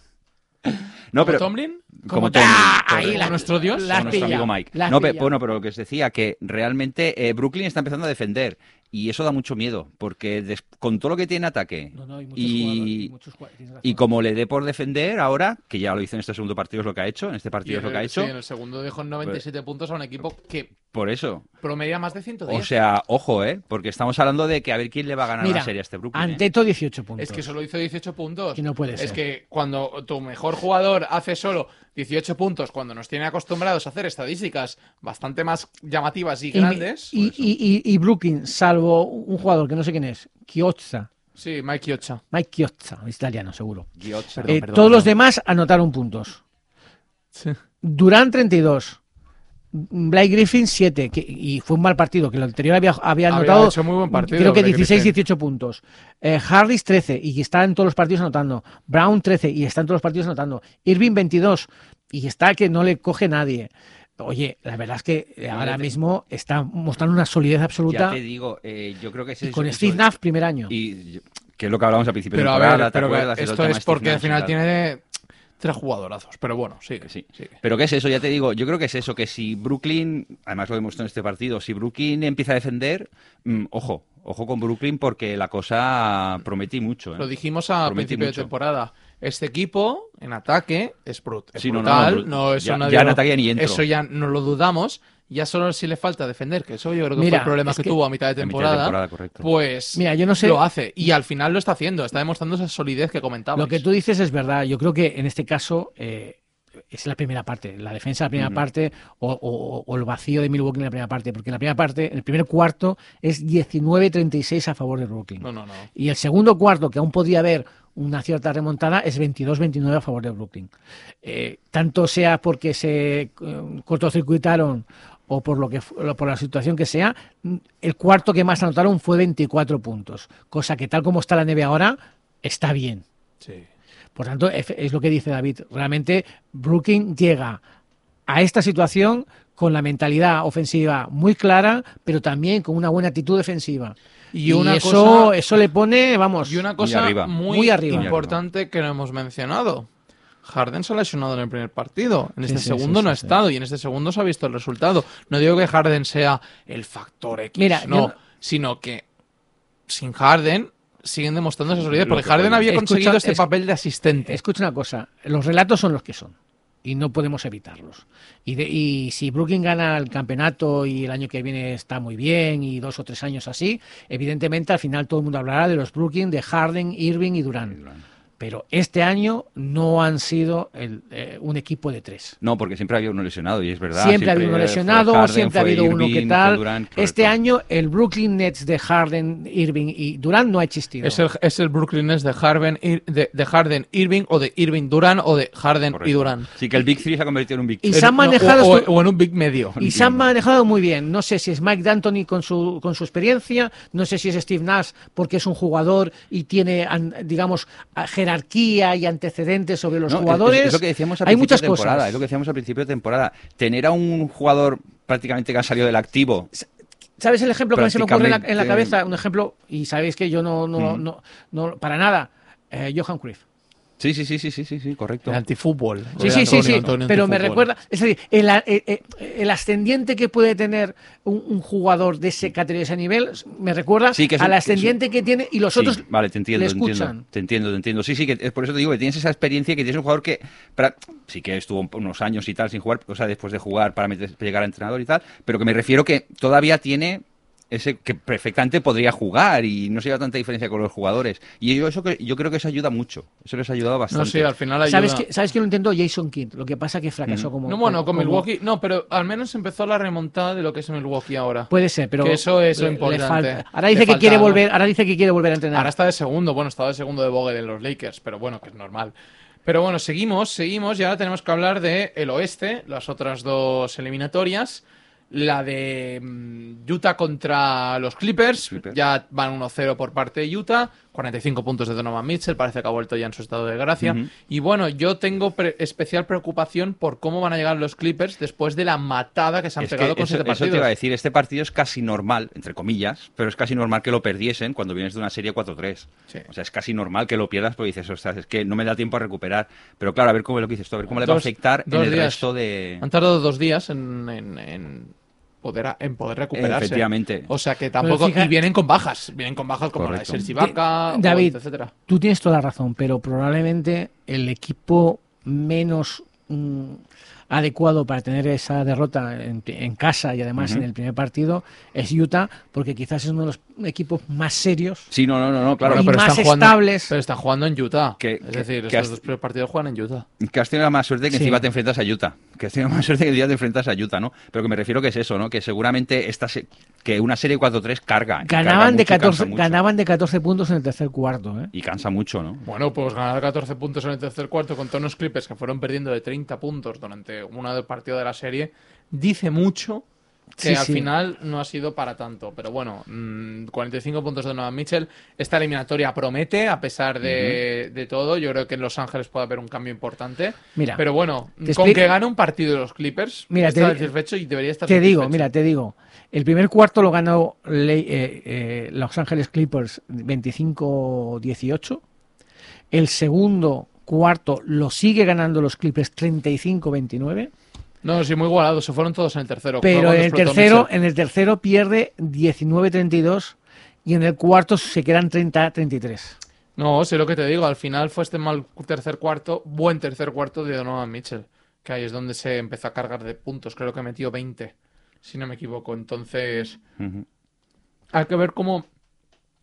Speaker 4: No, pero...
Speaker 3: Tomlin?
Speaker 4: como
Speaker 2: ta-
Speaker 4: Tomlin,
Speaker 2: Ah, ahí
Speaker 4: correcto.
Speaker 2: la,
Speaker 3: nuestro dios,
Speaker 2: la has
Speaker 4: con nuestro
Speaker 2: pillado,
Speaker 4: amigo Mike.
Speaker 2: la has
Speaker 4: No, pe-
Speaker 2: pillado.
Speaker 4: bueno, pero lo que os decía, que realmente eh, Brooklyn está empezando a defender. Y eso da mucho miedo, porque des- con todo lo que tiene ataque
Speaker 2: No, no, hay muchos jugadores, hay
Speaker 4: y,
Speaker 2: muchos jugadores, tienes razón.
Speaker 4: y como le dé por defender ahora, que ya lo hizo en este segundo partido, es lo que ha hecho, en este
Speaker 3: Y
Speaker 4: partido
Speaker 3: en
Speaker 4: es lo que ha
Speaker 3: el-
Speaker 4: hecho,
Speaker 3: sí, en el segundo dejó 97 puntos a un equipo que
Speaker 4: por eso.
Speaker 3: promedia más de 110.
Speaker 4: O sea, ojo, ¿eh? Porque estamos hablando de que a ver quién le va a ganar
Speaker 2: Mira,
Speaker 4: la serie a este Brooklyn. ¿eh?
Speaker 2: Anteto 18 puntos.
Speaker 3: es que solo hizo 18 puntos.
Speaker 2: Y no puede ser.
Speaker 3: Es que cuando tu mejor jugador hace solo 18 puntos, cuando nos tiene acostumbrados a hacer estadísticas bastante más llamativas y,
Speaker 2: Y-
Speaker 3: grandes.
Speaker 2: Y,
Speaker 3: pues-
Speaker 2: y- y- y Brooklyn, salvo un jugador que no sé quién es, Chiozza,
Speaker 3: sí, Mike Ocha.
Speaker 2: Mike Chiozza, italiano seguro.
Speaker 4: Ghiozza.
Speaker 2: Eh, todos los demás anotaron puntos. Durán 32. Blake Griffin 7, que, y fue un mal partido, que el anterior había, había
Speaker 3: Había
Speaker 2: anotado
Speaker 3: hecho muy buen partido,
Speaker 2: creo que
Speaker 3: Blake
Speaker 2: 16,
Speaker 3: Griffin.
Speaker 2: 18 puntos. Eh, Harris 13, y está en todos los partidos anotando. Brown 13, y está en todos los partidos anotando. Irving 22, y está que no le coge nadie. Oye, la verdad es que eh, ahora
Speaker 4: te-
Speaker 2: mismo está mostrando una solidez
Speaker 4: Ya
Speaker 2: absoluta
Speaker 4: te digo, eh, yo creo que ese
Speaker 2: y con
Speaker 4: es-
Speaker 2: Steve
Speaker 4: eso-
Speaker 2: Nash primer año.
Speaker 4: Y yo- que es lo que hablábamos al principio
Speaker 3: Pero
Speaker 4: de
Speaker 3: a
Speaker 4: temporada,
Speaker 3: ver,
Speaker 4: ¿te
Speaker 3: pero que
Speaker 4: acuerdas? El
Speaker 3: esto
Speaker 4: tema este
Speaker 3: es
Speaker 4: Steve
Speaker 3: porque al
Speaker 4: Nash y
Speaker 3: final
Speaker 4: tal.
Speaker 3: tiene tres jugadorazos. Pero bueno, sigue.
Speaker 4: Sí.
Speaker 3: sigue.
Speaker 4: Pero ¿qué es eso? Ya te digo, yo creo que es eso, que si Brooklyn, además lo demostró en este partido, si Brooklyn empieza a defender, mm, ojo, ojo con Brooklyn porque la cosa prometí mucho. ¿eh?
Speaker 3: Lo dijimos a
Speaker 4: Prometí
Speaker 3: principio
Speaker 4: mucho.
Speaker 3: de temporada. Este equipo en ataque es, brut- es
Speaker 4: Sí, no, no,
Speaker 3: brutal.
Speaker 4: no,
Speaker 3: No,
Speaker 4: bru-
Speaker 3: eso
Speaker 4: ya-
Speaker 3: nadie
Speaker 4: ya en
Speaker 3: lo-
Speaker 4: ataque ya ni entro.
Speaker 3: Eso ya no lo dudamos. Ya solo si le falta defender, que eso yo creo que
Speaker 2: Mira,
Speaker 3: fue el problema
Speaker 2: es
Speaker 3: que,
Speaker 2: que-
Speaker 3: tuvo a mitad de
Speaker 4: A mitad de
Speaker 3: temporada.
Speaker 4: temporada, correcto.
Speaker 3: Pues
Speaker 2: Mira, yo no sé-
Speaker 3: lo hace. Y al final lo está haciendo. Está demostrando esa solidez que comentabas.
Speaker 2: Lo que tú dices es verdad. Yo creo que en este caso eh, es la primera parte, la defensa de la primera parte o, o- o el vacío de Milwaukee en la primera parte, porque en la primera parte, en el primer cuarto, es 19-36 a favor de Brooklyn.
Speaker 3: No, no, no.
Speaker 2: Y el segundo cuarto, que aún podía haber una cierta remontada, es 22-29 a favor de Brooklyn. Eh, tanto sea porque se eh, cortocircuitaron o por, lo que, fu- o por la situación que sea, mm, el cuarto que más anotaron fue 24 puntos, cosa que tal como está la nieve ahora, está bien.
Speaker 3: Sí.
Speaker 2: Por tanto, ef- es lo que dice David. Realmente, Brooklyn llega a esta situación con la mentalidad ofensiva muy clara, pero también con una buena actitud defensiva. Y, eso,
Speaker 3: cosa-
Speaker 2: eso le pone, vamos,
Speaker 3: Y una cosa
Speaker 4: arriba.
Speaker 3: muy,
Speaker 2: Muy arriba.
Speaker 3: importante que no hemos mencionado. Harden se ha lesionado en el primer partido. En
Speaker 2: Sí,
Speaker 3: este
Speaker 2: sí,
Speaker 3: segundo
Speaker 2: sí,
Speaker 3: no ha
Speaker 2: sí, sí.
Speaker 3: estado y en este segundo se ha visto el resultado. No digo que Harden sea el factor X,
Speaker 2: Mira,
Speaker 3: no,
Speaker 2: yo no-
Speaker 3: sino que sin Harden siguen demostrando esa solidez.
Speaker 4: Lo
Speaker 3: Porque
Speaker 4: que
Speaker 3: Harden
Speaker 4: pueden.
Speaker 3: había
Speaker 2: Escucha,
Speaker 3: conseguido este
Speaker 2: es-
Speaker 3: papel de asistente.
Speaker 2: Escucha una cosa, los relatos son los que son y no podemos evitarlos. Y, de- y si Brooklyn gana el campeonato y el año que viene está muy bien y dos o tres años así, evidentemente al final todo el mundo hablará de los Brooklyn, de Harden, Irving y Durant. Pero este año no han sido el, eh, un equipo de tres.
Speaker 4: No, porque siempre había uno lesionado, y es verdad.
Speaker 2: Siempre ha habido uno
Speaker 4: fue
Speaker 2: lesionado,
Speaker 4: Harden,
Speaker 2: siempre ha
Speaker 4: fue
Speaker 2: habido uno
Speaker 4: Irving,
Speaker 2: que
Speaker 4: fue
Speaker 2: tal.
Speaker 4: Durant, correcto.
Speaker 2: este año el Brooklyn Nets de Harden, Irving y Durant no ha existido.
Speaker 3: Es el, es el Brooklyn Nets de Harden, Ir- de, de Harden Irving o de Irving Duran o de Harden y
Speaker 4: Correcto.
Speaker 3: Duran.
Speaker 4: Sí, que el Big Three se ha convertido en un Big
Speaker 2: Y
Speaker 4: Three.
Speaker 2: se han manejado
Speaker 3: o,
Speaker 2: su-
Speaker 3: o en un big medio.
Speaker 2: Y se han manejado muy bien. No sé si es Mike D'Antoni con su, con su experiencia, no sé si es Steve Nash porque es un jugador y tiene, an- digamos, a- jerarquía y antecedentes sobre los
Speaker 4: No, es-
Speaker 2: jugadores.
Speaker 4: Es, lo que decíamos al
Speaker 2: Hay
Speaker 4: principio
Speaker 2: muchas
Speaker 4: de temporada.
Speaker 2: cosas.
Speaker 4: Es lo que decíamos al principio de temporada. Tener a un jugador prácticamente que ha salido del activo.
Speaker 2: ¿Sabes el ejemplo que se me ocurre en la, en la
Speaker 4: Prácticamente. Mm.
Speaker 2: cabeza? Un ejemplo, y sabéis que yo no, no, no, no- para nada, eh, Johan Cruyff.
Speaker 4: Sí, sí, sí, sí, sí, sí, sí, correcto.
Speaker 3: El antifútbol.
Speaker 2: Sí, sí, sí, sí, pero me recuerda, es decir, el, a- eh, eh, el ascendiente que puede tener un, un jugador de ese categoría, de ese nivel, me recuerda
Speaker 4: Mm. Sí, que es un-
Speaker 2: al
Speaker 4: que es un-
Speaker 2: ascendiente que, tiene y los
Speaker 4: Sí,
Speaker 2: otros
Speaker 4: vale, te entiendo,
Speaker 2: le
Speaker 4: te entiendo,
Speaker 2: escuchan.
Speaker 4: te entiendo, te entiendo. Sí, sí, que es por eso te digo que tienes esa experiencia que tienes un jugador que pra- sí que estuvo unos años y tal sin jugar, o sea, después de jugar para meter- llegar a entrenador y tal, pero que me refiero que todavía tiene ese que perfectamente podría jugar y no se lleva tanta diferencia con los jugadores. Y yo eso que yo creo que eso ayuda mucho. Eso les ha ayudado
Speaker 3: No,
Speaker 4: bastante.
Speaker 3: sí, al final ayuda. Mm.
Speaker 2: ¿Sabes que, ¿Sabes que lo intentó Jason Kidd? Lo que pasa que fracasó como.
Speaker 3: No, bueno, con
Speaker 2: como-
Speaker 3: Milwaukee. No, pero al menos empezó la remontada de lo que es Milwaukee ahora.
Speaker 2: Puede ser, pero.
Speaker 3: Que eso es lo
Speaker 2: le- le
Speaker 3: importante.
Speaker 2: falta. Ahora
Speaker 3: Le
Speaker 2: dice que
Speaker 3: falta
Speaker 2: quiere
Speaker 3: algo.
Speaker 2: volver. Ahora dice que quiere volver a entrenar.
Speaker 3: Ahora está de segundo. Bueno, estaba de segundo de Vogel en los Lakers, pero bueno, que es normal. Pero bueno, seguimos, seguimos y ahora tenemos que hablar de el oeste, las otras dos eliminatorias. La de mm, Utah contra los Clippers.
Speaker 4: Clippers.
Speaker 3: Ya van 1-0 por parte de Utah. 45 puntos de Donovan Mitchell. Parece que ha vuelto ya en su estado de gracia.
Speaker 4: Ujú.
Speaker 3: Y bueno, yo tengo pre- especial preocupación por cómo van a llegar los Clippers después de la matada que se han
Speaker 4: Es que
Speaker 3: pegado con
Speaker 4: eso,
Speaker 3: siete
Speaker 4: eso te iba a
Speaker 3: partidos.
Speaker 4: decir, este partido es casi normal, entre comillas, pero es casi normal que lo perdiesen cuando vienes de una serie 4-3.
Speaker 3: Sí.
Speaker 4: O sea, es casi normal que lo pierdas porque dices, ostras, es que no me da tiempo a recuperar. Pero claro, a ver cómo es lo que dices tú, a ver cómo le va a
Speaker 3: Dos-
Speaker 4: afectar en
Speaker 3: dos
Speaker 4: el
Speaker 3: días.
Speaker 4: resto de...
Speaker 3: Han tardado dos días en, en- en poder, a- en poder recuperarse.
Speaker 4: Efectivamente.
Speaker 3: O sea que tampoco.
Speaker 2: fija-
Speaker 3: Y vienen con bajas. Vienen con bajas como
Speaker 4: Correcto.
Speaker 3: la de Serge Ibaka,
Speaker 2: De- David.
Speaker 3: Huerta, etcétera.
Speaker 2: Tú tienes toda la razón, pero probablemente el equipo menos mm, adecuado para tener esa derrota en, en casa y además
Speaker 4: Ujú.
Speaker 2: en el primer partido es Utah, porque quizás es uno de los equipos más serios.
Speaker 4: Sí, no, no, no, no, claro.
Speaker 2: Bueno, Y pero- más
Speaker 3: jugando,
Speaker 2: estables.
Speaker 3: Pero están jugando en Utah.
Speaker 4: Que-
Speaker 3: es
Speaker 4: que-
Speaker 3: decir,
Speaker 4: que
Speaker 3: estos
Speaker 4: has-
Speaker 3: dos primeros partidos juegan en Utah.
Speaker 4: Que has tenido la más suerte que
Speaker 2: Sí.
Speaker 4: encima te enfrentas a Utah. Que has tenido más suerte que el día te enfrentas a Utah, ¿no? Pero que me refiero que es eso, ¿no? Que seguramente esta se- que una serie 4-3 carga. y carga
Speaker 2: Ganaban de,
Speaker 4: mucho y cansa
Speaker 2: 14,
Speaker 4: mucho.
Speaker 2: ganaban de 14 puntos en el tercer cuarto. ¿eh?
Speaker 4: Y cansa mucho, ¿no?
Speaker 3: Bueno, pues ganar 14 puntos en el tercer cuarto contra unos Clippers que fueron perdiendo de 30 puntos durante una del partido de la serie, dice mucho que
Speaker 2: Sí,
Speaker 3: al
Speaker 2: sí.
Speaker 3: final no ha sido para tanto. Pero bueno, mm, 45 puntos de Noah Mitchell. Esta eliminatoria promete, a pesar de, de todo. Yo creo que en Los Ángeles puede haber un cambio importante.
Speaker 2: Mira,
Speaker 3: Pero bueno,
Speaker 2: te
Speaker 3: con
Speaker 2: expli-
Speaker 3: que gane un partido de los Clippers,
Speaker 2: Mira,
Speaker 3: está
Speaker 2: te-
Speaker 3: satisfecho y debería estar
Speaker 2: Te digo,
Speaker 3: satisfecho.
Speaker 2: mira, te digo. El primer cuarto lo ganó Le- eh, eh, Los Ángeles Clippers 25-18. El segundo cuarto lo sigue ganando los Clippers 35-29.
Speaker 3: No, sí, muy igualado. Se fueron todos en el tercero. Fue
Speaker 2: Pero
Speaker 3: cuando
Speaker 2: en el,
Speaker 3: explotó
Speaker 2: tercero,
Speaker 3: Mitchell.
Speaker 2: en el tercero pierde 19-32 y en el cuarto se quedan 30-33.
Speaker 3: No, sé lo que te digo. Al final fue este mal tercer cuarto, buen tercer cuarto de Donovan Mitchell. Que ahí es donde se empezó a cargar de puntos. Creo que metió 20, si no me equivoco. Entonces,
Speaker 4: Ujú.
Speaker 3: hay que ver cómo,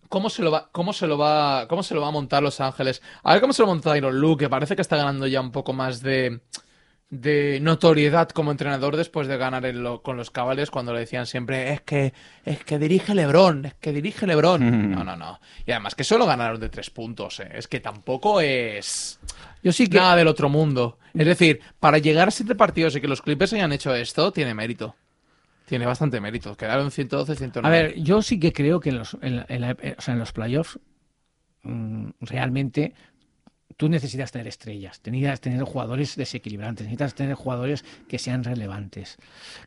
Speaker 3: cómo se lo va, cómo se lo va, cómo se lo va a montar Los Ángeles. A ver cómo se lo monta Iron Luke, que parece que está ganando ya un poco más de, de notoriedad como entrenador después de ganar en lo- con los Cavaliers cuando le decían siempre es que es que dirige LeBron, es que dirige LeBron.
Speaker 4: Mm.
Speaker 3: No, no, no. Y además que solo ganaron de tres puntos, eh. es que tampoco es
Speaker 2: Yo sí que
Speaker 3: nada del otro mundo. Es decir, para llegar a siete partidos y que los Clippers hayan hecho esto, tiene mérito. Tiene bastante mérito. Quedaron 112-109.
Speaker 2: A ver, yo sí que creo que en los, en la- en la- eh, o sea, en los playoffs mm, realmente tú necesitas tener estrellas, necesitas tener jugadores desequilibrantes, necesitas tener jugadores que sean relevantes.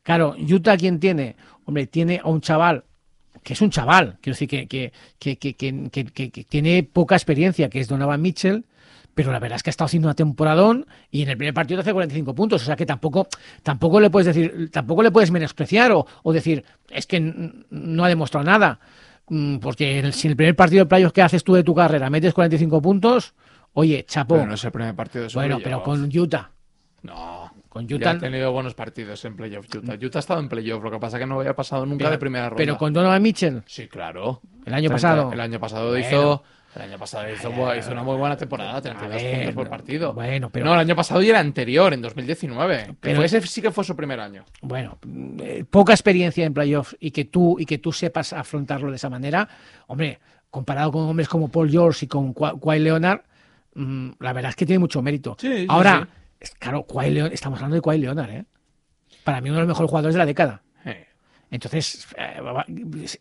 Speaker 2: Claro, Utah, ¿quién tiene? Hombre, tiene a un chaval que es un chaval, quiero decir, que, que, que, que, que- que- que- que tiene poca experiencia, que es Donovan Mitchell, pero la verdad es que ha estado haciendo una temporadón y en el primer partido te hace 45 puntos, o sea que tampoco, tampoco le puedes decir, tampoco le puedes menospreciar o, o decir, es que n- no ha demostrado nada, Mm, porque el- si el primer partido de playoffs que haces tú de tu carrera metes 45 puntos, oye, chapo,
Speaker 3: Pero no es el primer partido de su
Speaker 2: bueno,
Speaker 3: playoff.
Speaker 2: pero con Utah,
Speaker 3: No.
Speaker 2: con
Speaker 3: Ya
Speaker 2: Utah...
Speaker 3: ha tenido buenos partidos en playoff Utah. Utah ha estado en playoff, lo que pasa es que no había pasado nunca
Speaker 2: pero-
Speaker 3: de primera ronda.
Speaker 2: Pero con Donovan Mitchell,
Speaker 3: Sí, claro.
Speaker 2: El año
Speaker 3: Treinta-
Speaker 2: pasado.
Speaker 3: El año pasado
Speaker 2: Bueno.
Speaker 3: hizo. El año pasado hizo, bu- hizo una muy buena temporada, 32
Speaker 2: ver,
Speaker 3: puntos por
Speaker 2: no,
Speaker 3: partido.
Speaker 2: bueno, pero-
Speaker 3: No, el año pasado y el anterior, en 2019. que
Speaker 2: Pero-
Speaker 3: fue- ese sí que fue su primer año.
Speaker 2: bueno, eh, poca experiencia en playoffs y que tú y que tú sepas afrontarlo de esa manera, hombre, comparado con hombres como Paul George y con Kawhi Kawhi Leonard, mm, la verdad es que tiene mucho mérito.
Speaker 3: Sí, sí,
Speaker 2: Ahora, es- claro, Kawhi Leonard, estamos hablando de Kawhi Leonard, ¿eh? Para mí uno de los mejores jugadores de la década.
Speaker 3: Eh,
Speaker 2: Entonces, eh, va- va-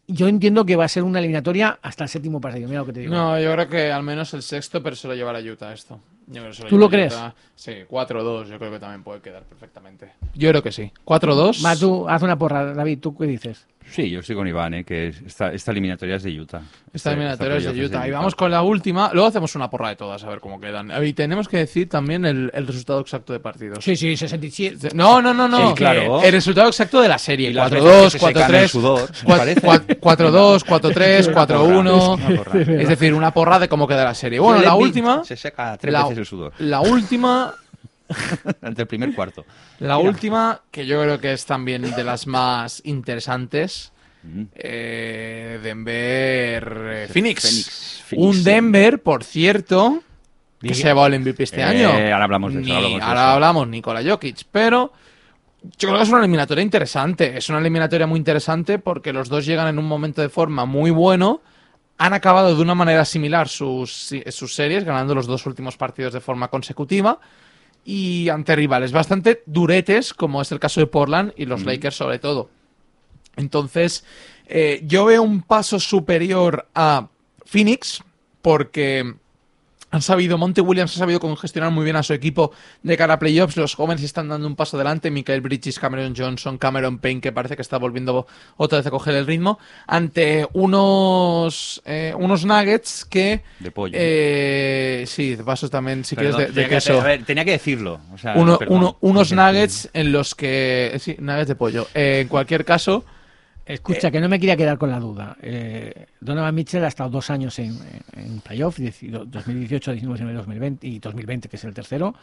Speaker 2: yo entiendo que va a ser una eliminatoria hasta el séptimo partido. Mira lo que te digo.
Speaker 3: No, yo creo que al menos el sexto, pero se lo llevará Utah esto. Yo creo que se
Speaker 2: ¿Tú lo
Speaker 3: llevará
Speaker 2: crees?
Speaker 3: Utah. Sí, 4-2, yo creo que también puede quedar perfectamente. Yo creo que sí. 4-2.
Speaker 2: Va, tú, haz una porra, David, ¿tú qué dices?
Speaker 4: Sí, yo estoy con Iván, ¿eh? que es- esta, esta eliminatoria es de Utah.
Speaker 3: Esta
Speaker 4: Este- Esta-
Speaker 3: eliminatoria es
Speaker 4: esta
Speaker 3: de
Speaker 4: playoff
Speaker 3: Utah. Y vamos con la última. Luego hacemos una porra de todas, a ver cómo quedan. Ah, Y tenemos que decir también el, el resultado exacto de partidos.
Speaker 2: sí, 67.
Speaker 3: No, no, no, no. Eh,
Speaker 4: Sí, claro.
Speaker 3: El resultado exacto de la serie.
Speaker 4: Y las
Speaker 3: 4-2,
Speaker 4: veces que se secan el
Speaker 3: 4-3.
Speaker 4: sudor, me
Speaker 3: cua-
Speaker 4: parece.
Speaker 3: 4-2, 4-3,
Speaker 4: Es una porra.
Speaker 3: 4-1. Es decir, una porra de cómo queda la serie. Bueno, la
Speaker 4: Joel Embiid
Speaker 3: última.
Speaker 4: Se seca tres
Speaker 3: la-
Speaker 4: veces el sudor
Speaker 3: La última
Speaker 4: ante el primer cuarto.
Speaker 3: La última, que yo creo que es también de las más interesantes.
Speaker 4: Mm,
Speaker 3: eh, Denver eh, Phoenix.
Speaker 4: Phoenix, Phoenix,
Speaker 3: Un
Speaker 4: sí.
Speaker 3: Denver, por cierto, que
Speaker 4: Dije-
Speaker 3: se va al MVP este
Speaker 4: Eh,
Speaker 3: año.
Speaker 4: ahora hablamos de eso,
Speaker 3: Ni-
Speaker 4: hablamos de
Speaker 3: ahora
Speaker 4: eso.
Speaker 3: hablamos, Nikola Jokic. Pero yo creo que es una eliminatoria interesante. Es una eliminatoria muy interesante porque los dos llegan en un momento de forma muy bueno. Han acabado de una manera similar sus, sus series, ganando los dos últimos partidos de forma consecutiva y ante rivales bastante duretes, como es el caso de Portland y los Lakers sobre todo. Entonces, eh, yo veo un paso superior a Phoenix porque han sabido, Monte Williams ha sabido congestionar muy bien a su equipo de cara a playoffs. Los jóvenes están dando un paso adelante. Michael Bridges, Cameron Johnson, Cameron Payne, que parece que está volviendo otra vez a coger el ritmo, ante unos, eh, unos Nuggets que...
Speaker 4: De pollo.
Speaker 3: eh, sí, de pasos también, si
Speaker 4: Perdón,
Speaker 3: quieres, de- de,
Speaker 4: tenía que-
Speaker 3: queso.
Speaker 4: a ver, tenía que decirlo. o sea,
Speaker 3: Uno-
Speaker 4: perdón.
Speaker 3: uno- unos
Speaker 4: Sí.
Speaker 3: nuggets en los que. Sí, nuggets de pollo. Eh, en cualquier caso,
Speaker 2: Escucha,
Speaker 3: Eh,
Speaker 2: que no me quería quedar con la duda. Eh, Donovan Mitchell ha estado dos años en, en playoff, 18, 2018, 19, 2020 y 2020, que es el tercero,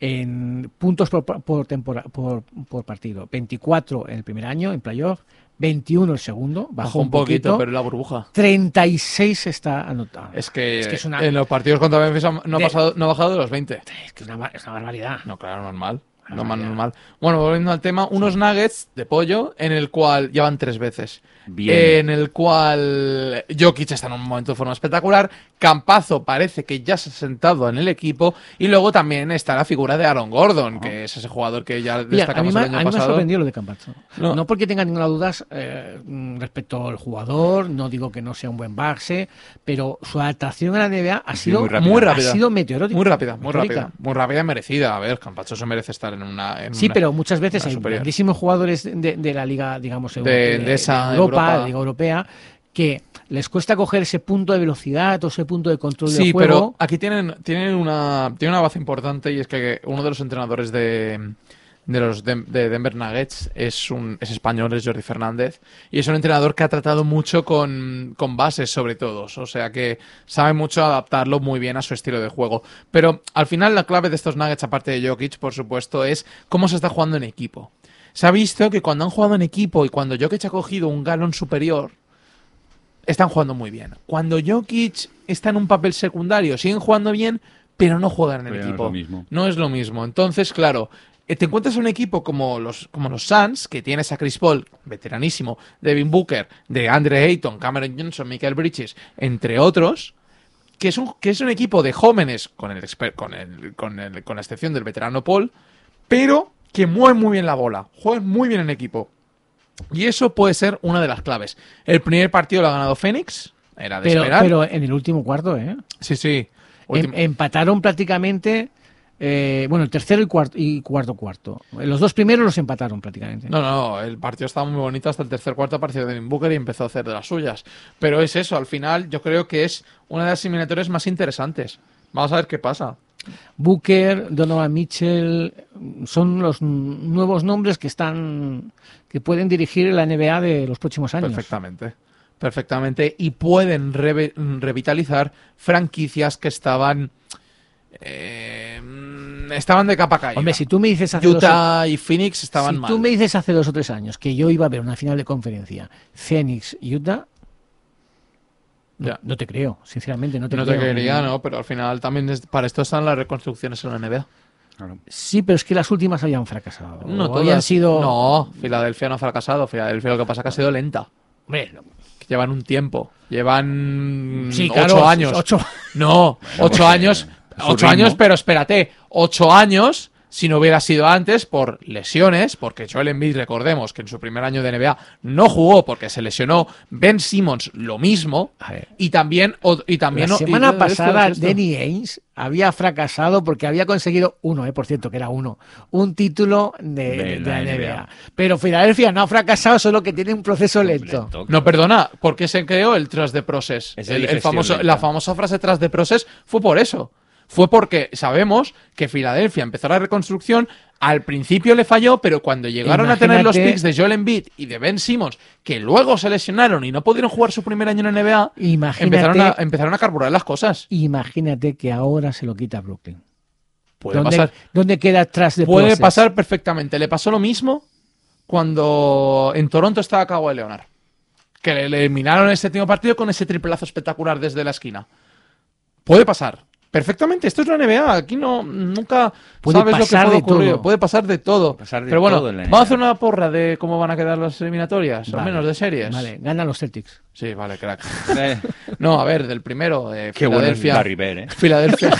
Speaker 2: en puntos por, por, tempora- por, por partido. 24 en el primer año en playoff, 21 el segundo, bajó,
Speaker 3: bajó un poquito, pero la burbuja.
Speaker 2: 36 está anotado.
Speaker 3: Es que,
Speaker 2: es, una,
Speaker 3: en los partidos contra Memphis no ha,
Speaker 2: De-
Speaker 3: pasado, no ha bajado de los 20.
Speaker 2: es que es una, es una barbaridad.
Speaker 3: No, claro, normal.
Speaker 2: Ah,
Speaker 3: No más
Speaker 2: ya.
Speaker 3: normal. Bueno, volviendo al tema, unos nuggets de pollo en el cual ya van tres veces.
Speaker 4: Bien.
Speaker 3: En el cual Jokic está en un momento de forma espectacular. Campazo parece que ya se ha sentado en el equipo. Y luego también está la figura de Aaron Gordon, que es ese jugador que ya
Speaker 2: Mira, a mí,
Speaker 3: destacamos
Speaker 2: me,
Speaker 3: el año
Speaker 2: a mí me ha
Speaker 3: pasado.
Speaker 2: sorprendido lo de Campazo.
Speaker 3: No.
Speaker 2: No, porque tenga ninguna duda eh, mm, respecto al jugador, no digo que no sea un buen base, pero su adaptación a la NBA ha sido
Speaker 4: muy rápida.
Speaker 3: Muy
Speaker 2: ha
Speaker 3: rápida.
Speaker 2: sido meteórica.
Speaker 3: Muy rápida, muy
Speaker 2: meteórica.
Speaker 3: rápida. Muy rápida y merecida. A ver, Campacho se merece estar en una. en
Speaker 2: Sí,
Speaker 3: una-
Speaker 2: pero muchas veces
Speaker 3: una
Speaker 2: hay
Speaker 3: Mm, superior.
Speaker 2: grandísimos jugadores de, de la liga, digamos,
Speaker 3: De-
Speaker 2: euro-
Speaker 3: de esa
Speaker 2: Europa,
Speaker 3: Europa.
Speaker 2: de la liga europea, que les cuesta coger ese punto de velocidad o ese punto de control
Speaker 3: Sí,
Speaker 2: del
Speaker 3: pero
Speaker 2: juego.
Speaker 3: aquí tienen, tienen, una, tienen una base importante y es que uno de los entrenadores de, de los Dem- de Denver Nuggets es, un, es español, es Jordi Fernández, y es un entrenador que ha tratado mucho con, con bases sobre todo, o sea que sabe mucho adaptarlo muy bien a su estilo de juego. Pero al final la clave de estos Nuggets, aparte de Jokic, por supuesto, es cómo se está jugando en equipo. Se ha visto que cuando han jugado en equipo y cuando Jokic ha cogido un galón superior, están jugando muy bien. Cuando Jokic está en un papel secundario, siguen jugando bien, pero no juegan en el
Speaker 4: Pero no es
Speaker 3: equipo.
Speaker 4: lo mismo.
Speaker 3: No es lo mismo. Entonces, claro, eh, te encuentras un equipo como los, como los Suns, que tienes a Chris Paul, veteranísimo, Devin Booker, de Andre Ayton, Cameron Johnson, Michael Bridges, entre otros, que es un, que es un equipo de jóvenes, con, el, exper- con, el- con, el- con la excepción del veterano Paul, pero que mueven muy bien la bola, juegan muy bien en equipo. Y eso puede ser una de las claves. El primer partido lo ha ganado Phoenix, era de
Speaker 2: Pero,
Speaker 3: esperar.
Speaker 2: pero en el último cuarto, ¿eh?
Speaker 3: Sí, sí.
Speaker 2: Em-
Speaker 3: Último.
Speaker 2: empataron prácticamente. eh, bueno, el tercero y cuarto, y cuarto cuarto. Los dos primeros los empataron prácticamente.
Speaker 3: No, no, el partido estaba muy bonito hasta el tercer cuarto apareció Devin Booker y empezó a hacer de las suyas. Pero es eso, al final yo creo que es una de las eliminatorias más interesantes. Vamos a ver qué pasa.
Speaker 2: Booker, Donovan Mitchell, son los n- nuevos nombres que están que pueden dirigir la NBA de los próximos años.
Speaker 3: Perfectamente. Perfectamente. Y pueden reve- revitalizar franquicias que estaban. eh, estaban de capa caída.
Speaker 2: Hombre, si tú me dices hace dos o-
Speaker 3: Utah y Phoenix estaban
Speaker 2: si
Speaker 3: mal.
Speaker 2: tú me dices hace dos o tres años que yo iba a ver una final de conferencia, Phoenix, Utah, no,
Speaker 3: Ya.
Speaker 2: no te creo, sinceramente no te
Speaker 3: No te
Speaker 2: creo.
Speaker 3: quería, ¿no? Pero al final también es- para esto están las reconstrucciones en la NBA.
Speaker 4: Claro.
Speaker 2: Sí, pero es que las últimas habían fracasado.
Speaker 3: No
Speaker 2: O habían
Speaker 3: todas.
Speaker 2: sido.
Speaker 3: No, Filadelfia no ha fracasado. Filadelfia lo que pasa es que ha sido lenta.
Speaker 2: Hombre, no.
Speaker 3: Que llevan un tiempo. Llevan
Speaker 2: Sí,
Speaker 3: Mm, ocho
Speaker 2: claro,
Speaker 3: años.
Speaker 2: ocho. pues,
Speaker 3: No, ocho
Speaker 4: porque,
Speaker 3: años.
Speaker 4: eh, su
Speaker 3: Ocho
Speaker 4: ritmo.
Speaker 3: años, pero espérate. Ocho años si no hubiera sido antes por lesiones, porque Joel Embiid, recordemos que en su primer año de NBA no jugó porque se lesionó. Ben Simmons, lo mismo.
Speaker 2: A ver.
Speaker 3: Y también. o- Y también
Speaker 2: la
Speaker 3: y-
Speaker 2: semana
Speaker 3: esto,
Speaker 2: pasada
Speaker 3: esto.
Speaker 2: Danny Ainge había fracasado porque había conseguido uno, eh, por cierto, que era uno, un título de,
Speaker 4: De
Speaker 2: de la
Speaker 4: la
Speaker 2: NBA.
Speaker 4: NBA.
Speaker 2: Pero Filadelfia no ha fracasado, solo que tiene un proceso lento.
Speaker 4: Completo.
Speaker 3: No, perdona, ¿por qué se creó el tras de process?
Speaker 4: Es
Speaker 3: El- el
Speaker 4: digestión
Speaker 3: famoso,
Speaker 4: lenta.
Speaker 3: la famosa frase tras de process fue por eso. Fue porque sabemos que Filadelfia empezó la reconstrucción, al principio le falló, pero cuando llegaron a tener los
Speaker 2: Imagínate-
Speaker 3: picks de Joel Embiid y de Ben Simmons, que luego se lesionaron y no pudieron jugar su primer año en la NBA,
Speaker 2: Imagínate,
Speaker 3: empezaron a, empezaron a carburar las cosas.
Speaker 2: imagínate que ahora se lo quita Brooklyn.
Speaker 3: Puede
Speaker 2: ¿Dónde,
Speaker 3: pasar.
Speaker 2: dónde queda atrás de
Speaker 3: Puede
Speaker 2: Process?
Speaker 3: pasar perfectamente. Le pasó lo mismo cuando en Toronto estaba Kawhi Leonard. Que le eliminaron el séptimo partido con ese triplazo espectacular desde la esquina. Puede pasar. Perfectamente. Esto es la NBA. Aquí no nunca
Speaker 2: Puede
Speaker 3: sabes lo que
Speaker 2: pasar
Speaker 3: puede
Speaker 2: de
Speaker 3: ocurrir.
Speaker 2: todo.
Speaker 3: Puede pasar de todo.
Speaker 4: Puede pasar de
Speaker 3: Pero bueno,
Speaker 4: todo en la
Speaker 3: vamos a hacer
Speaker 4: NBA.
Speaker 3: una porra de cómo van a quedar las eliminatorias. Al
Speaker 2: Vale,
Speaker 3: menos de series.
Speaker 2: Vale, ganan los Celtics.
Speaker 3: Sí, vale, crack.
Speaker 4: Eh,
Speaker 3: No, a ver, del primero. de
Speaker 4: qué bueno es
Speaker 3: Filadelfia.
Speaker 4: Larry Bird, ¿eh?
Speaker 3: Filadelfia.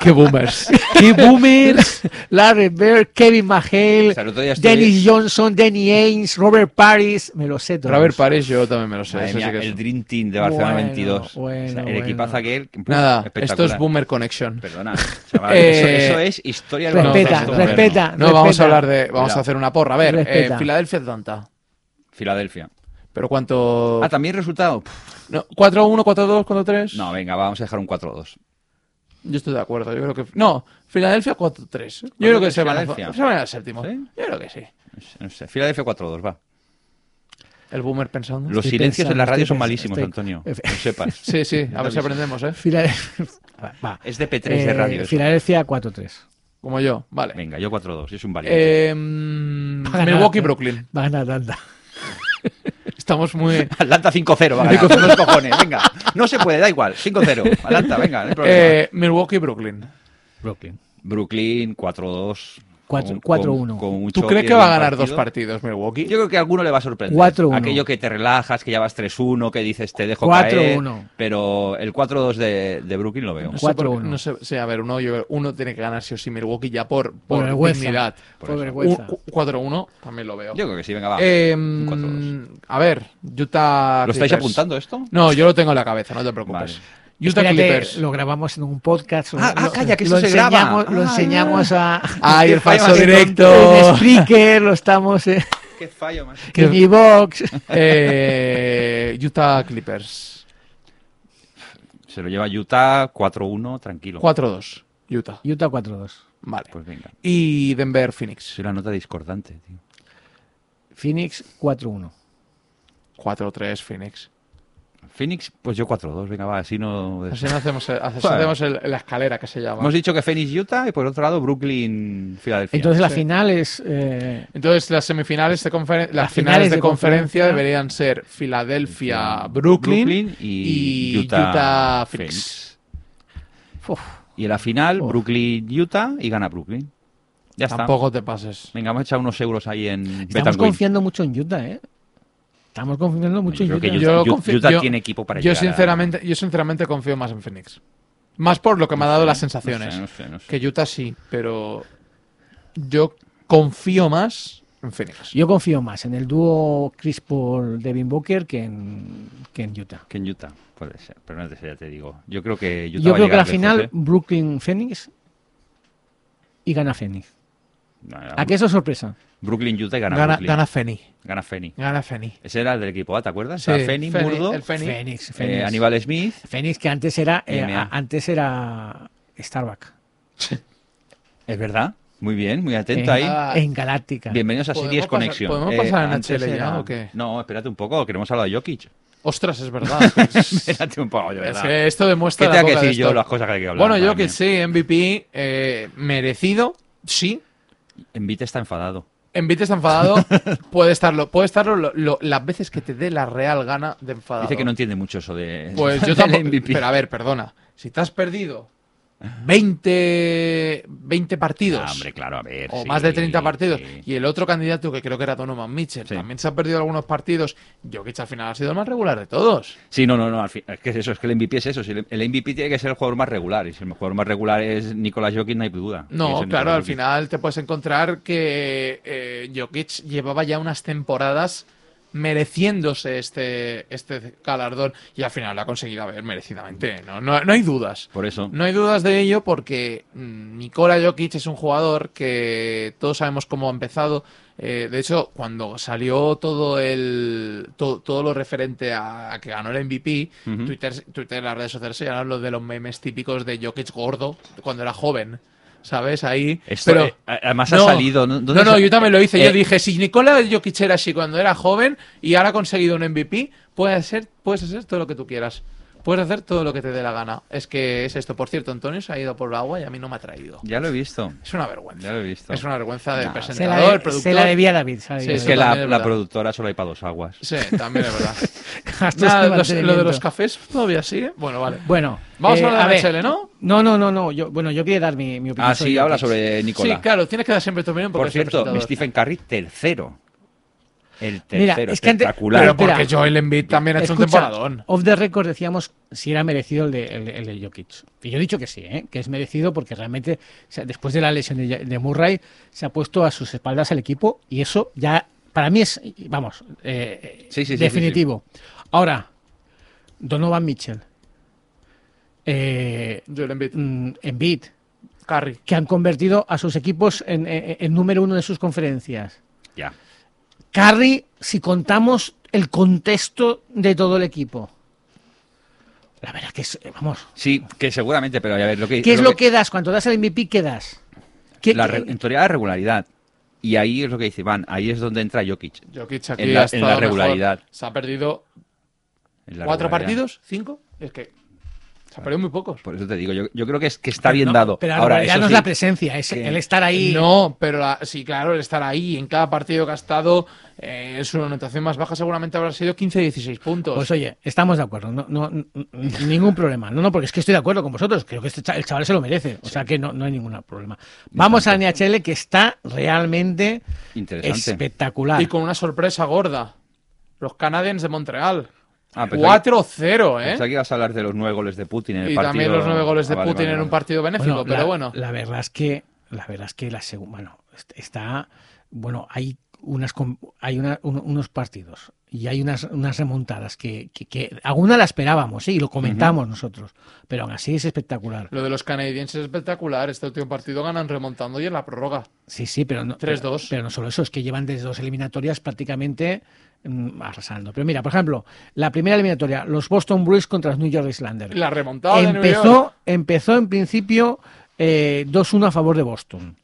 Speaker 3: Qué boomers.
Speaker 2: ¡Qué boomers! Larry Bird, Kevin
Speaker 4: O
Speaker 2: Mahale,
Speaker 4: sea, el otro día estuve-
Speaker 2: Dennis Johnson, Danny Ainge, Robert Paris, me lo sé todos.
Speaker 3: Robert Paris, yo también me lo sé.
Speaker 4: Madre
Speaker 3: eso sí
Speaker 4: mía,
Speaker 3: que es-
Speaker 4: el Dream Team de Barcelona
Speaker 2: Bueno,
Speaker 4: 22.
Speaker 2: bueno,
Speaker 4: O sea, el
Speaker 2: bueno.
Speaker 4: equipazo aquel. puf,
Speaker 3: Nada, esto
Speaker 4: espectacular.
Speaker 3: es Boomer Connection.
Speaker 4: Perdona, chaval,
Speaker 3: Eh,
Speaker 4: eso, eso es historia del
Speaker 2: Respeta,
Speaker 4: baloncesto moderno.
Speaker 2: respeta.
Speaker 3: No, vamos
Speaker 2: respeta.
Speaker 3: a hablar de. Vamos
Speaker 4: Cuidado.
Speaker 3: a hacer una porra. A ver, eh,
Speaker 2: Respeta.
Speaker 3: Filadelfia Atlanta.
Speaker 4: Filadelfia.
Speaker 3: Pero cuánto.
Speaker 4: Ah, también resultado. Puf,
Speaker 3: No, 4-1, 4-2, 4-3.
Speaker 4: No, venga, vamos a dejar un 4-2.
Speaker 3: Yo estoy de acuerdo. Yo creo que. No, Filadelfia 4-3. Yo creo que se van, a...
Speaker 4: Filadelfia?
Speaker 3: se van al séptimo.
Speaker 4: ¿Sí?
Speaker 3: Yo creo que sí.
Speaker 4: No sé, Filadelfia 4-2, va.
Speaker 3: El Boomer pensando.
Speaker 4: Los
Speaker 2: Estoy
Speaker 4: silencios en
Speaker 2: pensando,
Speaker 4: la radio
Speaker 2: estoy
Speaker 4: son malísimos,
Speaker 2: pensando,
Speaker 4: Antonio.
Speaker 2: estoy-
Speaker 4: Que lo sepas.
Speaker 3: Sí, sí, a ver si
Speaker 4: aviso.
Speaker 3: aprendemos, ¿eh?
Speaker 2: Filade- Va.
Speaker 4: Es de P3 de
Speaker 2: Eh,
Speaker 4: radio. eso.
Speaker 2: Filadelfia 4-3.
Speaker 3: Como yo. Vale.
Speaker 4: Venga, yo 4-2, es un valiente.
Speaker 3: Eh, mm, Milwaukee Brooklyn.
Speaker 2: Va a ganar Atlanta.
Speaker 3: Estamos muy.
Speaker 4: Atlanta 5-0, va a ganar, con los cojones, venga. No se puede, da igual, 5-0. Atlanta, venga, no hay problema.
Speaker 3: Eh, Milwaukee Brooklyn.
Speaker 2: Brooklyn.
Speaker 4: Brooklyn 4-2.
Speaker 2: Cuatro-
Speaker 4: con-
Speaker 2: 4-1.
Speaker 4: con un
Speaker 3: ¿Tú
Speaker 4: choque
Speaker 3: crees que
Speaker 4: de
Speaker 3: va a
Speaker 4: un
Speaker 3: ganar dos
Speaker 4: partido?
Speaker 3: partidos Milwaukee?
Speaker 4: Yo creo que a alguno le va a sorprender.
Speaker 2: 4-1.
Speaker 4: Aquello que te relajas, que ya vas 3-1, que dices te dejo
Speaker 2: 4-1.
Speaker 4: caer. Pero el 4-2 de, de Brooklyn lo veo.
Speaker 3: No sé por qué-
Speaker 2: 4-1.
Speaker 3: No sé, sí, a ver, uno, yo- uno tiene que ganar sí o sí Milwaukee ya por,
Speaker 2: Por
Speaker 3: por
Speaker 2: vergüenza.
Speaker 3: dignidad.
Speaker 2: Por,
Speaker 4: Por eso.
Speaker 2: vergüenza.
Speaker 3: Un- cu- 4-1 también lo veo.
Speaker 4: Yo creo que sí, venga, va.
Speaker 3: Eh,
Speaker 4: un 4-2.
Speaker 3: a ver, Utah.
Speaker 4: ¿Lo estáis
Speaker 3: Clippers.
Speaker 4: apuntando esto?
Speaker 3: No, yo lo tengo en la cabeza, no te preocupes. Utah
Speaker 2: Espérate,
Speaker 3: Clippers.
Speaker 2: Lo grabamos en un podcast.
Speaker 4: Ah, ah,
Speaker 2: lo-
Speaker 4: calla, que
Speaker 2: lo
Speaker 4: eso se graba.
Speaker 2: enseñamos- Lo
Speaker 4: Ah.
Speaker 2: enseñamos a.
Speaker 3: Ay, el
Speaker 4: Qué fallo
Speaker 3: falso
Speaker 4: más
Speaker 3: directo.
Speaker 2: En Spreaker, lo estamos en,
Speaker 4: Qué fallo, más.
Speaker 3: Qué-
Speaker 2: en iVoox.
Speaker 3: Eh, Utah Clippers.
Speaker 4: Se lo lleva Utah 4-1, tranquilo.
Speaker 3: 4-2. Utah.
Speaker 2: Utah 4-2.
Speaker 3: Vale.
Speaker 4: Pues venga.
Speaker 3: Y Denver Phoenix.
Speaker 4: Soy la nota discordante, tío.
Speaker 2: Phoenix 4-1.
Speaker 3: 4-3 Phoenix.
Speaker 4: Phoenix, pues yo 4-2, venga, va, así no.
Speaker 3: Así no hacemos, el- así
Speaker 4: Bueno.
Speaker 3: hacemos el- la escalera que se llama.
Speaker 4: Pues- Hemos dicho que Phoenix, Utah y por otro lado Brooklyn, Filadelfia.
Speaker 2: Entonces la
Speaker 3: Sí.
Speaker 2: final es. eh,
Speaker 3: Entonces las semifinales de conferen- las, finales, de, conferencia, deberían ser Filadelfia, Brooklyn,
Speaker 4: y,
Speaker 3: y
Speaker 4: Utah,
Speaker 3: Utah,
Speaker 4: Phoenix.
Speaker 3: Phoenix.
Speaker 2: uf,
Speaker 4: Y en la final,
Speaker 2: Uf.
Speaker 4: Brooklyn, Utah y gana Brooklyn. Ya está.
Speaker 3: Tampoco te pases.
Speaker 4: Venga, vamos a echar unos euros ahí en
Speaker 2: estamos
Speaker 4: Betancourt.
Speaker 2: confiando mucho en Utah, ¿eh? Estamos confiando mucho en
Speaker 4: Yo creo que
Speaker 2: Utah.
Speaker 4: Utah,
Speaker 3: Yo
Speaker 4: Ut-
Speaker 3: confío-
Speaker 4: Utah
Speaker 3: yo-
Speaker 4: tiene equipo para
Speaker 3: Yo
Speaker 4: llegar a-
Speaker 3: sinceramente, yo sinceramente confío más en Phoenix. Más por lo que me ha dado las
Speaker 4: No sé,
Speaker 3: sensaciones.
Speaker 4: no sé, no sé.
Speaker 3: Que Utah sí, pero yo confío más en Phoenix.
Speaker 2: Yo confío más en el dúo Chris Paul Devin Booker que en, que en Utah.
Speaker 4: Que en Utah, puede ser. Pero no te sé, ya te digo. Yo creo que Utah
Speaker 2: Yo
Speaker 4: va a
Speaker 2: creo que la
Speaker 4: llegar
Speaker 2: final,
Speaker 4: lejos, ¿eh?
Speaker 2: Brooklyn Phoenix y gana Phoenix.
Speaker 4: No, era-
Speaker 2: ¿A qué eso es sorpresa?
Speaker 4: Brooklyn, Utah y gana,
Speaker 3: Gana,
Speaker 4: Brooklyn.
Speaker 3: gana Feni.
Speaker 4: Gana Feni.
Speaker 3: Gana Feni.
Speaker 4: Ese era el del equipo A, ¿te acuerdas?
Speaker 3: Sí,
Speaker 4: Era Feni,
Speaker 3: Feni,
Speaker 4: Murdo,
Speaker 3: el Feni.
Speaker 2: Phoenix,
Speaker 4: eh,
Speaker 2: Phoenix.
Speaker 4: Aníbal Smith.
Speaker 2: Phoenix que antes era, eh,
Speaker 4: MMA.
Speaker 2: a- antes era Starbucks.
Speaker 4: Es verdad. Muy bien, muy atento
Speaker 2: en,
Speaker 4: ahí.
Speaker 3: Ah.
Speaker 2: en Galáctica.
Speaker 4: Bienvenidos a
Speaker 3: ¿Podemos
Speaker 4: Series
Speaker 3: pasar-
Speaker 4: Conexión. Eh,
Speaker 3: podemos pasar a
Speaker 4: antes
Speaker 3: NHL ya, ¿o qué?
Speaker 4: No, espérate un poco, que no hemos hablado de Jokic.
Speaker 3: Ostras, es verdad.
Speaker 4: espérate un poco, de
Speaker 3: es
Speaker 4: verdad.
Speaker 3: que esto
Speaker 4: ¿Qué
Speaker 3: demuestra
Speaker 4: tengo
Speaker 3: la
Speaker 4: que
Speaker 3: poca
Speaker 4: decir
Speaker 3: de
Speaker 4: yo
Speaker 3: esto.
Speaker 4: las cosas que hay que hablar?
Speaker 3: Bueno, yo
Speaker 4: madre
Speaker 3: que
Speaker 4: mía?
Speaker 3: sí, MVP eh, merecido, sí.
Speaker 4: Embiid está enfadado.
Speaker 3: Envite está enfadado, puede estarlo, puede estarlo lo- lo- las veces que te dé la real gana de enfadado.
Speaker 4: Dice que no entiende mucho eso de.
Speaker 3: Pues yo
Speaker 4: del
Speaker 3: tampoco.
Speaker 4: MVP.
Speaker 3: Pero a ver, perdona. Si te has perdido 20, 20 partidos
Speaker 4: Ah, hombre, claro, a ver.
Speaker 3: o
Speaker 4: sí,
Speaker 3: más de 30 partidos
Speaker 4: sí.
Speaker 3: y el otro candidato que creo que era Donovan Mitchell
Speaker 4: Sí.
Speaker 3: también se ha perdido algunos partidos, Jokic al final ha sido el más regular de todos.
Speaker 4: Sí, no, no, no. al fin- es que es eso, es que el MVP es eso. si el, el MVP tiene que ser el jugador más regular. Y si el jugador más regular es Nicolás Jokic, no hay duda. Tiene que
Speaker 3: No,
Speaker 4: ser
Speaker 3: claro,
Speaker 4: Nikola
Speaker 3: al
Speaker 4: Jokic.
Speaker 3: final te puedes encontrar que eh, Jokic llevaba ya unas temporadas mereciéndose este, este galardón y al final lo ha conseguido haber merecidamente. No, no, no hay dudas.
Speaker 4: Por eso.
Speaker 3: No hay dudas de ello porque mm, Nikola Jokic es un jugador que todos sabemos cómo ha empezado. Eh, de hecho, cuando salió todo el to- todo lo referente a, a que ganó el MVP,
Speaker 4: Ujú.
Speaker 3: Twitter, Twitter, las redes sociales se llenaron los de los memes típicos de Jokic gordo cuando era joven, ¿sabes? Ahí.
Speaker 4: Esto,
Speaker 3: pero
Speaker 4: eh, además ha salido. ¿no?
Speaker 3: no,
Speaker 4: ¿Dónde
Speaker 3: no,
Speaker 4: se-
Speaker 3: yo también lo hice.
Speaker 4: Eh,
Speaker 3: yo dije, si Nikola Jokic era así cuando era joven y ahora ha conseguido un MVP, puedes hacer, puedes hacer todo lo que tú quieras. Puedes hacer todo lo que te dé la gana. Es que es esto. Por cierto, Antonio se ha ido por el agua y a mí no me ha traído.
Speaker 4: Ya lo he visto.
Speaker 3: Es una vergüenza.
Speaker 4: Ya lo he visto.
Speaker 3: Es una vergüenza del
Speaker 4: No,
Speaker 2: Se la, de-
Speaker 3: presentador, el
Speaker 2: se la
Speaker 3: productor.
Speaker 2: debía David. se la debía
Speaker 3: Sí,
Speaker 4: Es
Speaker 3: Eso
Speaker 4: que
Speaker 2: David.
Speaker 4: la,
Speaker 3: también es
Speaker 4: la
Speaker 3: verdad.
Speaker 4: productora solo hay para dos aguas.
Speaker 3: Sí, también es verdad.
Speaker 2: Gastos de
Speaker 3: Nada, los- lo de
Speaker 2: Este mantenimiento.
Speaker 3: los cafés todavía sigue. Bueno, vale.
Speaker 2: Bueno,
Speaker 3: Vamos
Speaker 2: eh,
Speaker 3: a hablar de
Speaker 2: ver.
Speaker 3: NHL, ¿no?
Speaker 2: No, no, no, no. Yo, bueno, yo quería dar mi, mi opinión.
Speaker 4: Ah, sí,
Speaker 2: Jokic.
Speaker 4: habla sobre Nicolás.
Speaker 3: Sí, claro, tienes que dar siempre tu opinión porque
Speaker 4: Por
Speaker 3: es el
Speaker 4: cierto,
Speaker 3: presentador.
Speaker 4: Stephen Curry, tercero. El
Speaker 2: Mira,
Speaker 4: tercero,
Speaker 2: es que antes-
Speaker 4: espectacular.
Speaker 3: Pero porque
Speaker 2: Espera.
Speaker 3: Joel Embiid también ha hecho un
Speaker 2: Escucha,
Speaker 3: temporadón.
Speaker 2: Off the record decíamos si era merecido el de, el, de- el de Jokic. Y yo he dicho que sí, ¿eh? que es merecido porque realmente o sea, después de la lesión de, de Murray se ha puesto a sus espaldas el equipo y eso ya para mí es, vamos, eh,
Speaker 4: Sí, sí, sí,
Speaker 2: definitivo. Ahora, Donovan Mitchell, eh,
Speaker 3: Joel Embiid.
Speaker 2: mm, Embiid,
Speaker 3: Curry.
Speaker 2: que han convertido a sus equipos en, en- en número uno de sus conferencias.
Speaker 4: Ya.
Speaker 2: Curry, si contamos el contexto de todo el equipo. La verdad que es, eh, vamos,
Speaker 4: Sí, que seguramente, pero a ver, lo que.
Speaker 2: ¿qué es lo que das? Cuando das el MVP, ¿qué das? ¿Qué-
Speaker 4: la
Speaker 2: qué-
Speaker 4: re- en teoría la regularidad. Y ahí es lo que dice Iván, ahí es donde entra Jokic.
Speaker 3: Jokic aquí
Speaker 4: En la-
Speaker 3: ha
Speaker 4: en
Speaker 3: estado
Speaker 4: la
Speaker 3: mejor.
Speaker 4: regularidad.
Speaker 3: Se ha perdido
Speaker 4: en la
Speaker 3: cuatro
Speaker 4: regularidad.
Speaker 3: partidos, cinco. Es que se ha perdido muy pocos.
Speaker 4: Por eso te digo, yo, yo creo que, es, que está bien dado.
Speaker 2: Pero la
Speaker 4: Ahora,
Speaker 2: realidad
Speaker 4: eso
Speaker 2: no es
Speaker 4: sí,
Speaker 2: la presencia, es
Speaker 4: que-
Speaker 2: el estar ahí.
Speaker 3: No, pero la- sí, claro, el estar ahí en cada partido que ha estado, eh, su anotación más baja seguramente habrá sido 15-16 puntos.
Speaker 2: Pues oye, estamos de acuerdo, no, no, n- n- ningún problema. No, no, porque es que estoy de acuerdo con vosotros, creo que este cha- el chaval se lo merece, o sea que no, no hay ningún problema. Vamos a NHL que está realmente
Speaker 4: interesante.
Speaker 2: espectacular.
Speaker 3: y con una sorpresa gorda. Los Canadiens de Montreal.
Speaker 4: Ah, pensaba-
Speaker 3: 4-0, ¿eh?
Speaker 4: pensaba que ibas a hablar de los nueve goles de Putin en el
Speaker 3: Y
Speaker 4: partido.
Speaker 3: también los nueve goles de
Speaker 4: Ah, vale,
Speaker 3: Putin
Speaker 4: vale,
Speaker 3: en
Speaker 4: vale.
Speaker 3: un partido benéfico,
Speaker 2: Bueno,
Speaker 3: pero
Speaker 2: la-
Speaker 3: bueno.
Speaker 2: La verdad es que, la verdad es que la segunda, bueno, est- está, bueno, hay unas, com- hay una- un- unos partidos y hay unas, unas remontadas que, que, que alguna la esperábamos, sí, y lo comentamos nosotros, pero aún así es espectacular.
Speaker 3: Lo de los canadienses es espectacular. Este último partido ganan remontando y en la prórroga.
Speaker 2: Sí, sí, pero no,
Speaker 3: 3-2.
Speaker 2: Pero, pero no solo eso, es que llevan desde dos eliminatorias prácticamente mm, arrasando. Pero mira, por ejemplo, la primera eliminatoria, los Boston Bruins contra los New York Islanders.
Speaker 3: La remontada de New York.
Speaker 2: empezó, empezó en principio eh, 2-1 a favor de Boston.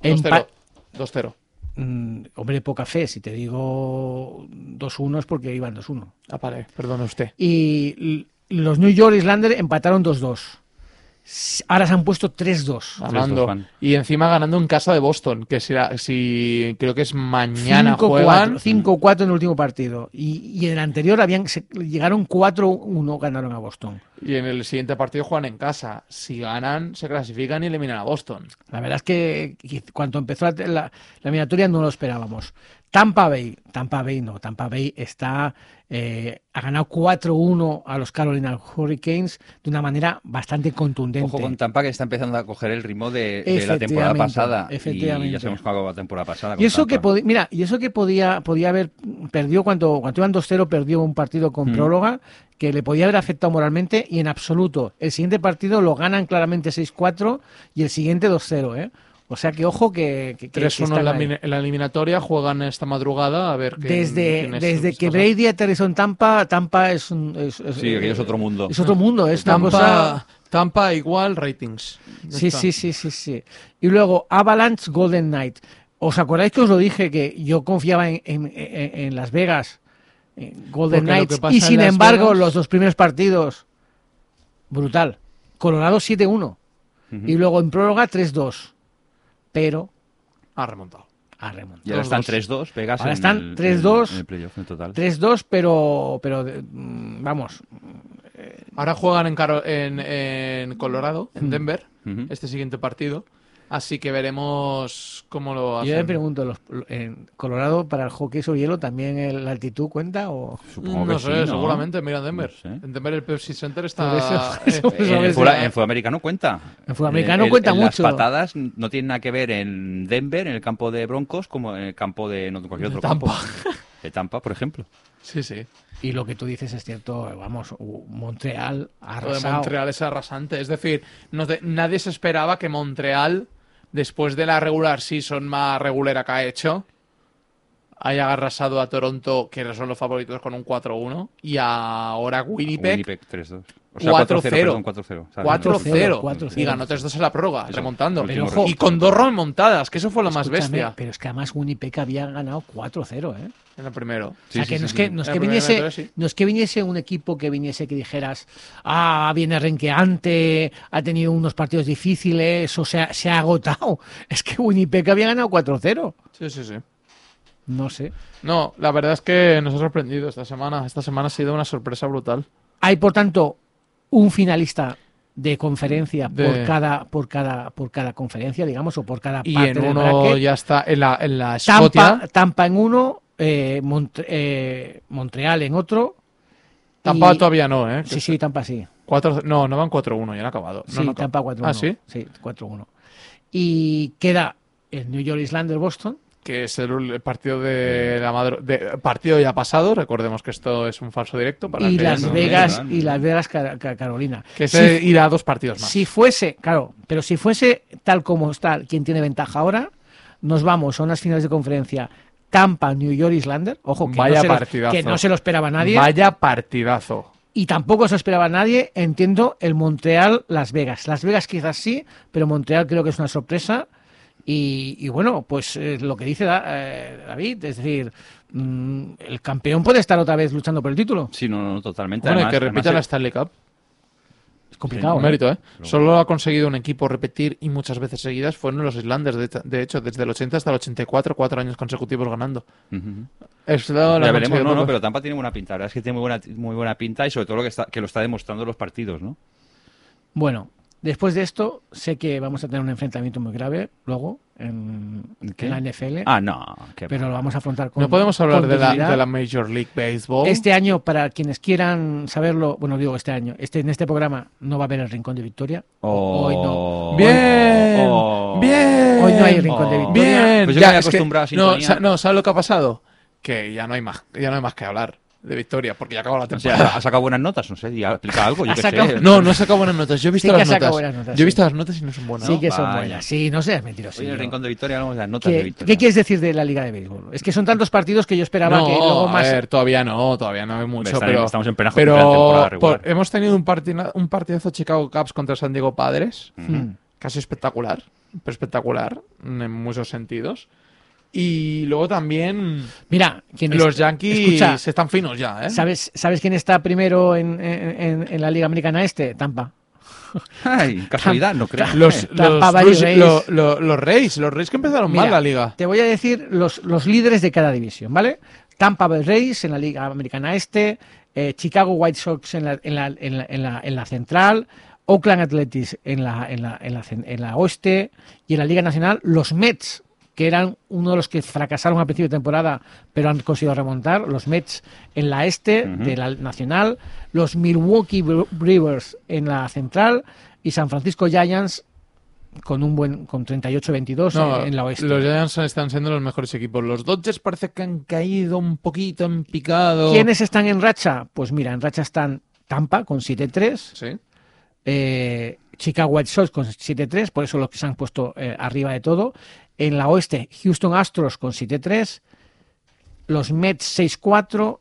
Speaker 2: Empa-
Speaker 3: 2-0. 2-0.
Speaker 2: Mm, hombre, poca fe. Si te digo 2-1 es porque iban 2-1.
Speaker 3: Ah, vale, perdone usted.
Speaker 2: Y l- los New York Islanders empataron 2-2. S- Ahora se han puesto 3-2.
Speaker 3: Ganando.
Speaker 4: Juan.
Speaker 3: Y encima ganando en casa de Boston, que si, si creo que es mañana
Speaker 2: 5-4,
Speaker 3: juegan.
Speaker 2: 5-4 en el último partido. Y, y en el anterior habían, se- llegaron 4-1, ganaron a Boston.
Speaker 3: Y en el siguiente partido juegan en casa. Si ganan, se clasifican y eliminan a Boston.
Speaker 2: La verdad es que quiz- cuando empezó la, la- la eliminatoria no lo esperábamos. Tampa Bay, Tampa Bay no, Tampa Bay está, eh, ha ganado 4-1 a los Carolina Hurricanes de una manera bastante contundente.
Speaker 4: Ojo con Tampa que está empezando a coger el ritmo de, de la temporada
Speaker 2: Efectivamente,
Speaker 4: pasada.
Speaker 2: efectivamente.
Speaker 4: Y ya sabemos cómo acabó la temporada pasada.
Speaker 2: Y
Speaker 4: con
Speaker 2: eso que
Speaker 4: Tampa.
Speaker 2: podía, mira, y eso que podía, podía haber perdido cuando, cuando iban 2-0, perdió un partido con
Speaker 4: Mm.
Speaker 2: próloga que le podía haber afectado moralmente y en absoluto. El siguiente partido lo ganan claramente 6-4 y el siguiente 2-0, ¿eh? O sea que ojo que, que, que- que
Speaker 3: 3-1 en
Speaker 2: están
Speaker 3: la,
Speaker 2: ahí.
Speaker 3: mi- en la eliminatoria, juegan esta madrugada a ver quién-
Speaker 2: desde,
Speaker 3: quién es el
Speaker 2: desde que
Speaker 3: desplazado.
Speaker 2: Brady aterrizó en Tampa, Tampa es un es, es- eh,
Speaker 4: Sí, aquello es otro mundo.
Speaker 2: Es otro mundo, es una
Speaker 3: Tampa,
Speaker 2: cosa-
Speaker 3: Tampa igual ratings. Ya
Speaker 2: Sí,
Speaker 3: está.
Speaker 2: sí, sí, sí, sí. Y luego Avalanche Golden Knight. ¿Os acordáis que os lo dije que yo confiaba en, en- en- en Las Vegas, en Golden
Speaker 3: Porque lo que
Speaker 2: Knights,
Speaker 3: pasa
Speaker 2: y
Speaker 3: en
Speaker 2: sin
Speaker 3: Las
Speaker 2: embargo
Speaker 3: Vegas-
Speaker 2: los dos primeros partidos, brutal. Colorado 7-1 y luego en prórroga 3-2, pero
Speaker 3: Ha remontado.
Speaker 2: ha remontado.
Speaker 4: Y ahora están
Speaker 3: 2-2.
Speaker 4: 3-2, Vegas.
Speaker 2: Ahora
Speaker 4: en
Speaker 2: están
Speaker 4: el-
Speaker 2: 3-2,
Speaker 4: En el playoff en total.
Speaker 2: 3-2, pero, pero mm, vamos,
Speaker 3: Ahora juegan en, Caro- en, en Colorado, en Denver,
Speaker 4: Ujú.
Speaker 3: este siguiente partido. Así que veremos cómo lo hacen.
Speaker 2: Yo le pregunto, ¿los- ¿en Colorado para el hockey sobre hielo también el- la altitud cuenta? O...
Speaker 4: Supongo
Speaker 3: no
Speaker 4: que
Speaker 3: sé,
Speaker 4: sí, ¿no?
Speaker 3: seguramente. Mira Denver.
Speaker 4: No sé.
Speaker 3: En Denver el Pepsi Center
Speaker 2: Por
Speaker 3: está.
Speaker 2: eso- eso
Speaker 3: eh,
Speaker 2: Pues a
Speaker 4: en,
Speaker 2: ver
Speaker 4: el
Speaker 2: si-
Speaker 4: fútbol, en el fútbol americano cuenta.
Speaker 2: En fútbol americano
Speaker 4: En- en-
Speaker 2: cuenta
Speaker 4: en
Speaker 2: mucho.
Speaker 4: Las patadas no tienen nada que ver en Denver, en el campo de Broncos, como en el campo de no, cualquier
Speaker 3: De
Speaker 4: otro
Speaker 3: Tampa.
Speaker 4: campo. De Tampa, por ejemplo.
Speaker 3: sí, sí.
Speaker 2: Y lo que tú dices es cierto, vamos, u- Montreal ha
Speaker 3: Lo de
Speaker 2: arrasado.
Speaker 3: Montreal es arrasante. Es decir, no te- nadie se esperaba que Montreal, después de la regular season más regulera que ha hecho, haya arrasado a Toronto, que son los favoritos, con un 4-1, y ahora Winnipeg,
Speaker 4: Winnipeg 3-2. O sea,
Speaker 3: 4-0,
Speaker 4: 4-0. perdón, 4-0. ¿sabes?
Speaker 3: 4-0,
Speaker 2: 4-0.
Speaker 3: y ganó 3-2 en la prórroga,
Speaker 4: Eso,
Speaker 3: remontando.
Speaker 4: último
Speaker 2: Pero, ojo.
Speaker 3: y con dos remontadas, que eso fue lo más
Speaker 2: Escúchame,
Speaker 3: bestia
Speaker 2: Pero es que además Winnipeg había ganado 4-0, ¿eh?
Speaker 3: en el primero.
Speaker 2: O sea,
Speaker 4: Sí, sí,
Speaker 2: que
Speaker 4: sí,
Speaker 2: no es
Speaker 4: sí.
Speaker 2: que, no es
Speaker 3: El
Speaker 2: que
Speaker 3: primer
Speaker 2: viniese,
Speaker 3: evento, sí.
Speaker 2: no es que viniese un equipo que viniese que dijeras, ah, viene renqueante, ha tenido unos partidos difíciles, o sea, se ha agotado. Es que Winnipeg había ganado 4-0.
Speaker 3: Sí, sí, sí.
Speaker 2: No sé.
Speaker 3: No, la verdad es que nos ha sorprendido esta semana. Esta semana ha sido una sorpresa brutal.
Speaker 2: Hay, por tanto, un finalista de conferencia
Speaker 3: De-
Speaker 2: por cada por cada por cada conferencia, digamos, o por cada
Speaker 3: Y
Speaker 2: parte
Speaker 3: en
Speaker 2: del
Speaker 3: uno
Speaker 2: bracket.
Speaker 3: ya está, en la, en la Scotia,
Speaker 2: Tampa, Tampa en uno, eh, Mont- eh, Montreal en otro.
Speaker 3: Tampa
Speaker 2: y-
Speaker 3: todavía no, ¿eh?
Speaker 2: Sí, sí, Tampa sí.
Speaker 3: Cuatro- no, no van 4-1, ya han acabado. No,
Speaker 2: Sí,
Speaker 3: no acab-
Speaker 2: Tampa 4-1.
Speaker 3: Ah, sí,
Speaker 2: Sí, 4-1. Y queda el New York Islanders Boston.
Speaker 3: que es el, ul- el partido de la madru- de- partido ya pasado, recordemos que esto es un falso directo para
Speaker 2: Y
Speaker 3: que
Speaker 2: Las
Speaker 3: no-
Speaker 2: Vegas,
Speaker 4: no, no,
Speaker 2: y
Speaker 4: no.
Speaker 2: Las Vegas Ca- Ca- Carolina.
Speaker 3: que
Speaker 2: Si
Speaker 3: se irá a dos partidos más.
Speaker 2: Si fuese, claro, pero si fuese tal como está quien tiene ventaja ahora, nos vamos a unas finales de conferencia Tampa, New York, Islander. Ojo, que,
Speaker 3: Vaya
Speaker 2: no, se lo-
Speaker 3: partidazo.
Speaker 2: que no se lo esperaba nadie.
Speaker 3: Vaya partidazo.
Speaker 2: Y tampoco se lo esperaba nadie, entiendo, el Montreal, Las Vegas. Las Vegas quizás sí, pero Montreal creo que es una sorpresa. Y, y bueno, pues eh, lo que dice Da- eh, David, es decir, mm, el campeón puede estar otra vez luchando por el título.
Speaker 4: Sí, no, no, totalmente.
Speaker 3: Bueno, y
Speaker 4: Además-
Speaker 3: que
Speaker 4: además
Speaker 3: repita la
Speaker 4: es-
Speaker 3: Stanley Cup.
Speaker 2: Es complicado.
Speaker 4: Sí,
Speaker 2: ¿eh?
Speaker 3: Mérito, ¿eh?
Speaker 4: Luego.
Speaker 3: Solo ha conseguido un equipo repetir y muchas veces seguidas fueron los Islanders, de, de hecho, desde el 80 hasta el 84, cuatro años consecutivos ganando.
Speaker 4: Ujú.
Speaker 3: Es lo- lo
Speaker 4: ya
Speaker 3: han
Speaker 4: veremos,
Speaker 3: conseguido
Speaker 4: no, no,
Speaker 3: pocos.
Speaker 4: pero Tampa tiene buena pinta. La verdad es que tiene muy buena, muy buena pinta y sobre todo lo que, está, que lo está demostrando en los partidos, ¿no?
Speaker 2: Bueno, después de esto, sé que vamos a tener un enfrentamiento muy grave luego en,
Speaker 4: ¿Qué?
Speaker 2: en la NFL,
Speaker 4: Ah, no. qué-
Speaker 2: ¿Eh? pero lo vamos a afrontar con.
Speaker 3: No podemos hablar
Speaker 2: con
Speaker 3: de la,
Speaker 2: dignidad.
Speaker 3: de la Major League Baseball.
Speaker 2: Este año, para quienes quieran saberlo, bueno, digo este año, este, en este programa no va a haber el Rincón de Victoria.
Speaker 4: Oh,
Speaker 2: Hoy no.
Speaker 3: Bien,
Speaker 4: oh.
Speaker 3: bien.
Speaker 2: Hoy no hay Rincón de
Speaker 4: Oh.
Speaker 2: Victoria.
Speaker 3: Bien,
Speaker 4: Pues yo me había
Speaker 3: es que-
Speaker 4: acostumbrado a
Speaker 3: no,
Speaker 4: sintonía.
Speaker 3: sa- no, ¿sabes lo que ha pasado? Que ya no hay más, ya no hay más que hablar de Victoria, porque ya acabó la
Speaker 4: O sea,
Speaker 3: temporada.
Speaker 4: ha sacado buenas notas, no sé, y aplica algo, yo
Speaker 2: Ha
Speaker 4: qué
Speaker 2: sacado-
Speaker 4: sé.
Speaker 3: no, no he sacado buenas notas. Yo he visto
Speaker 2: Sí que
Speaker 3: las
Speaker 2: ha sacado
Speaker 3: notas.
Speaker 2: buenas notas,
Speaker 3: Yo
Speaker 2: sí.
Speaker 3: he visto las notas y no son buenas.
Speaker 2: sí que son
Speaker 4: vaya.
Speaker 2: buenas. Sí, no seas mentiroso.
Speaker 4: Oye, en el rincón de Victoria hablamos de las notas de
Speaker 2: ¿Qué,
Speaker 4: Victoria.
Speaker 2: qué quieres decir de la Liga de Béisbol? Es que son tantos partidos que yo esperaba
Speaker 3: No,
Speaker 2: que luego más.
Speaker 3: a ver, todavía no, todavía no hay mucho,
Speaker 4: Está bien,
Speaker 3: pero
Speaker 4: estamos en plena-
Speaker 3: pero
Speaker 4: en plena temporada regular.
Speaker 3: por- hemos tenido un, partina- un partidazo Chicago Cubs contra San Diego Padres,
Speaker 2: Mm.
Speaker 3: casi espectacular, pero espectacular en muchos sentidos. Y luego también
Speaker 2: Mira, quien es-
Speaker 3: los Yankees
Speaker 2: este- Escucha,
Speaker 3: están finos ya, ¿eh?
Speaker 2: ¿sabes, ¿sabes quién está primero en, en- en- en la Liga Americana Este? Tampa.
Speaker 4: Ay, casualidad, no creo.
Speaker 3: Los,
Speaker 2: Tampa
Speaker 3: los,
Speaker 2: Bay
Speaker 3: Blue-
Speaker 2: Rays.
Speaker 3: lo- lo- los Reyes, los Reyes que empezaron
Speaker 2: Mira,
Speaker 3: mal la liga.
Speaker 2: Te voy a decir los, los líderes de cada división, ¿vale? Tampa Bay Rays en la Liga Americana Este, eh, Chicago White Sox en la, en la- en la- en la- en la Central, Oakland Athletics en la, en, la, en la cen- en la Oeste y en la Liga Nacional los Mets, que eran uno de los que fracasaron a principio de temporada pero han conseguido remontar, los Mets en la Este
Speaker 4: Ujú.
Speaker 2: de la Nacional, los Milwaukee Bre- Brewers en la Central y San Francisco Giants con un buen con 38-22
Speaker 3: No,
Speaker 2: en, en la Oeste.
Speaker 3: Los Giants están siendo los mejores equipos. Los Dodgers parece que han caído un poquito en picado.
Speaker 2: ¿Quiénes están en racha? Pues mira, en racha están Tampa con 7-3,
Speaker 3: Sí.
Speaker 2: eh, Chicago White Sox con 7-3, por eso los que se han puesto eh, arriba de todo. En la oeste, Houston Astros con 7-3, los Mets 6-4,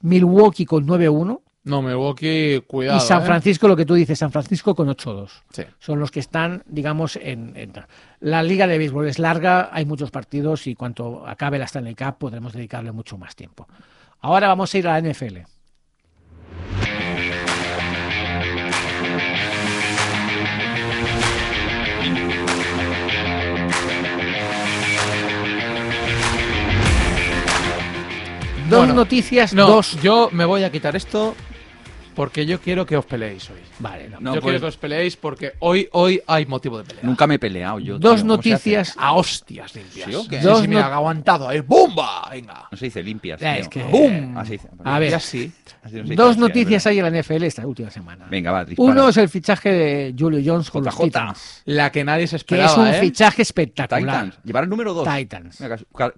Speaker 2: Milwaukee con 9-1
Speaker 3: No, Milwaukee, cuidado.
Speaker 2: y San
Speaker 3: ¿eh?
Speaker 2: Francisco, lo que tú dices, San Francisco con 8-2.
Speaker 3: Sí.
Speaker 2: Son los que están, digamos, en, en- la liga de béisbol es larga, hay muchos partidos y cuanto acabe la Stanley Cup podremos dedicarle mucho más tiempo. Ahora vamos a ir a la NFL. Dos
Speaker 3: Bueno,
Speaker 2: noticias,
Speaker 3: No,
Speaker 2: dos.
Speaker 3: yo me voy a quitar esto porque yo quiero que os peleéis hoy.
Speaker 2: Vale, no.
Speaker 4: No,
Speaker 3: yo
Speaker 4: pues-
Speaker 3: quiero que os peleéis porque hoy, hoy hay motivo de pelea.
Speaker 4: Nunca me he peleado
Speaker 2: Dos
Speaker 4: yo. tío, ¿cómo se hace?
Speaker 2: noticias.
Speaker 3: A hostias limpias.
Speaker 4: ¿Sí o qué?
Speaker 3: Sí,
Speaker 2: Dos
Speaker 3: sí, mira,
Speaker 2: no-
Speaker 3: aguantado ahí. ¡Bumba! Venga.
Speaker 4: No se dice limpias.
Speaker 2: Ya,
Speaker 4: tío.
Speaker 2: es que-
Speaker 4: ¡Bum! Así dice.
Speaker 2: A ver.
Speaker 3: Y así.
Speaker 4: Así no se dice
Speaker 2: Dos
Speaker 4: así,
Speaker 2: noticias
Speaker 4: es
Speaker 2: hay en la NFL esta última semana.
Speaker 4: verdad. Venga, va, dispara.
Speaker 2: Uno es el fichaje de Julio Jones con los
Speaker 4: JJ.
Speaker 2: Titans,
Speaker 3: La que nadie se
Speaker 2: que
Speaker 3: esperaba,
Speaker 2: es un
Speaker 3: ¿eh?
Speaker 2: fichaje espectacular.
Speaker 4: Titans. Llevar el número 2.
Speaker 2: Titans.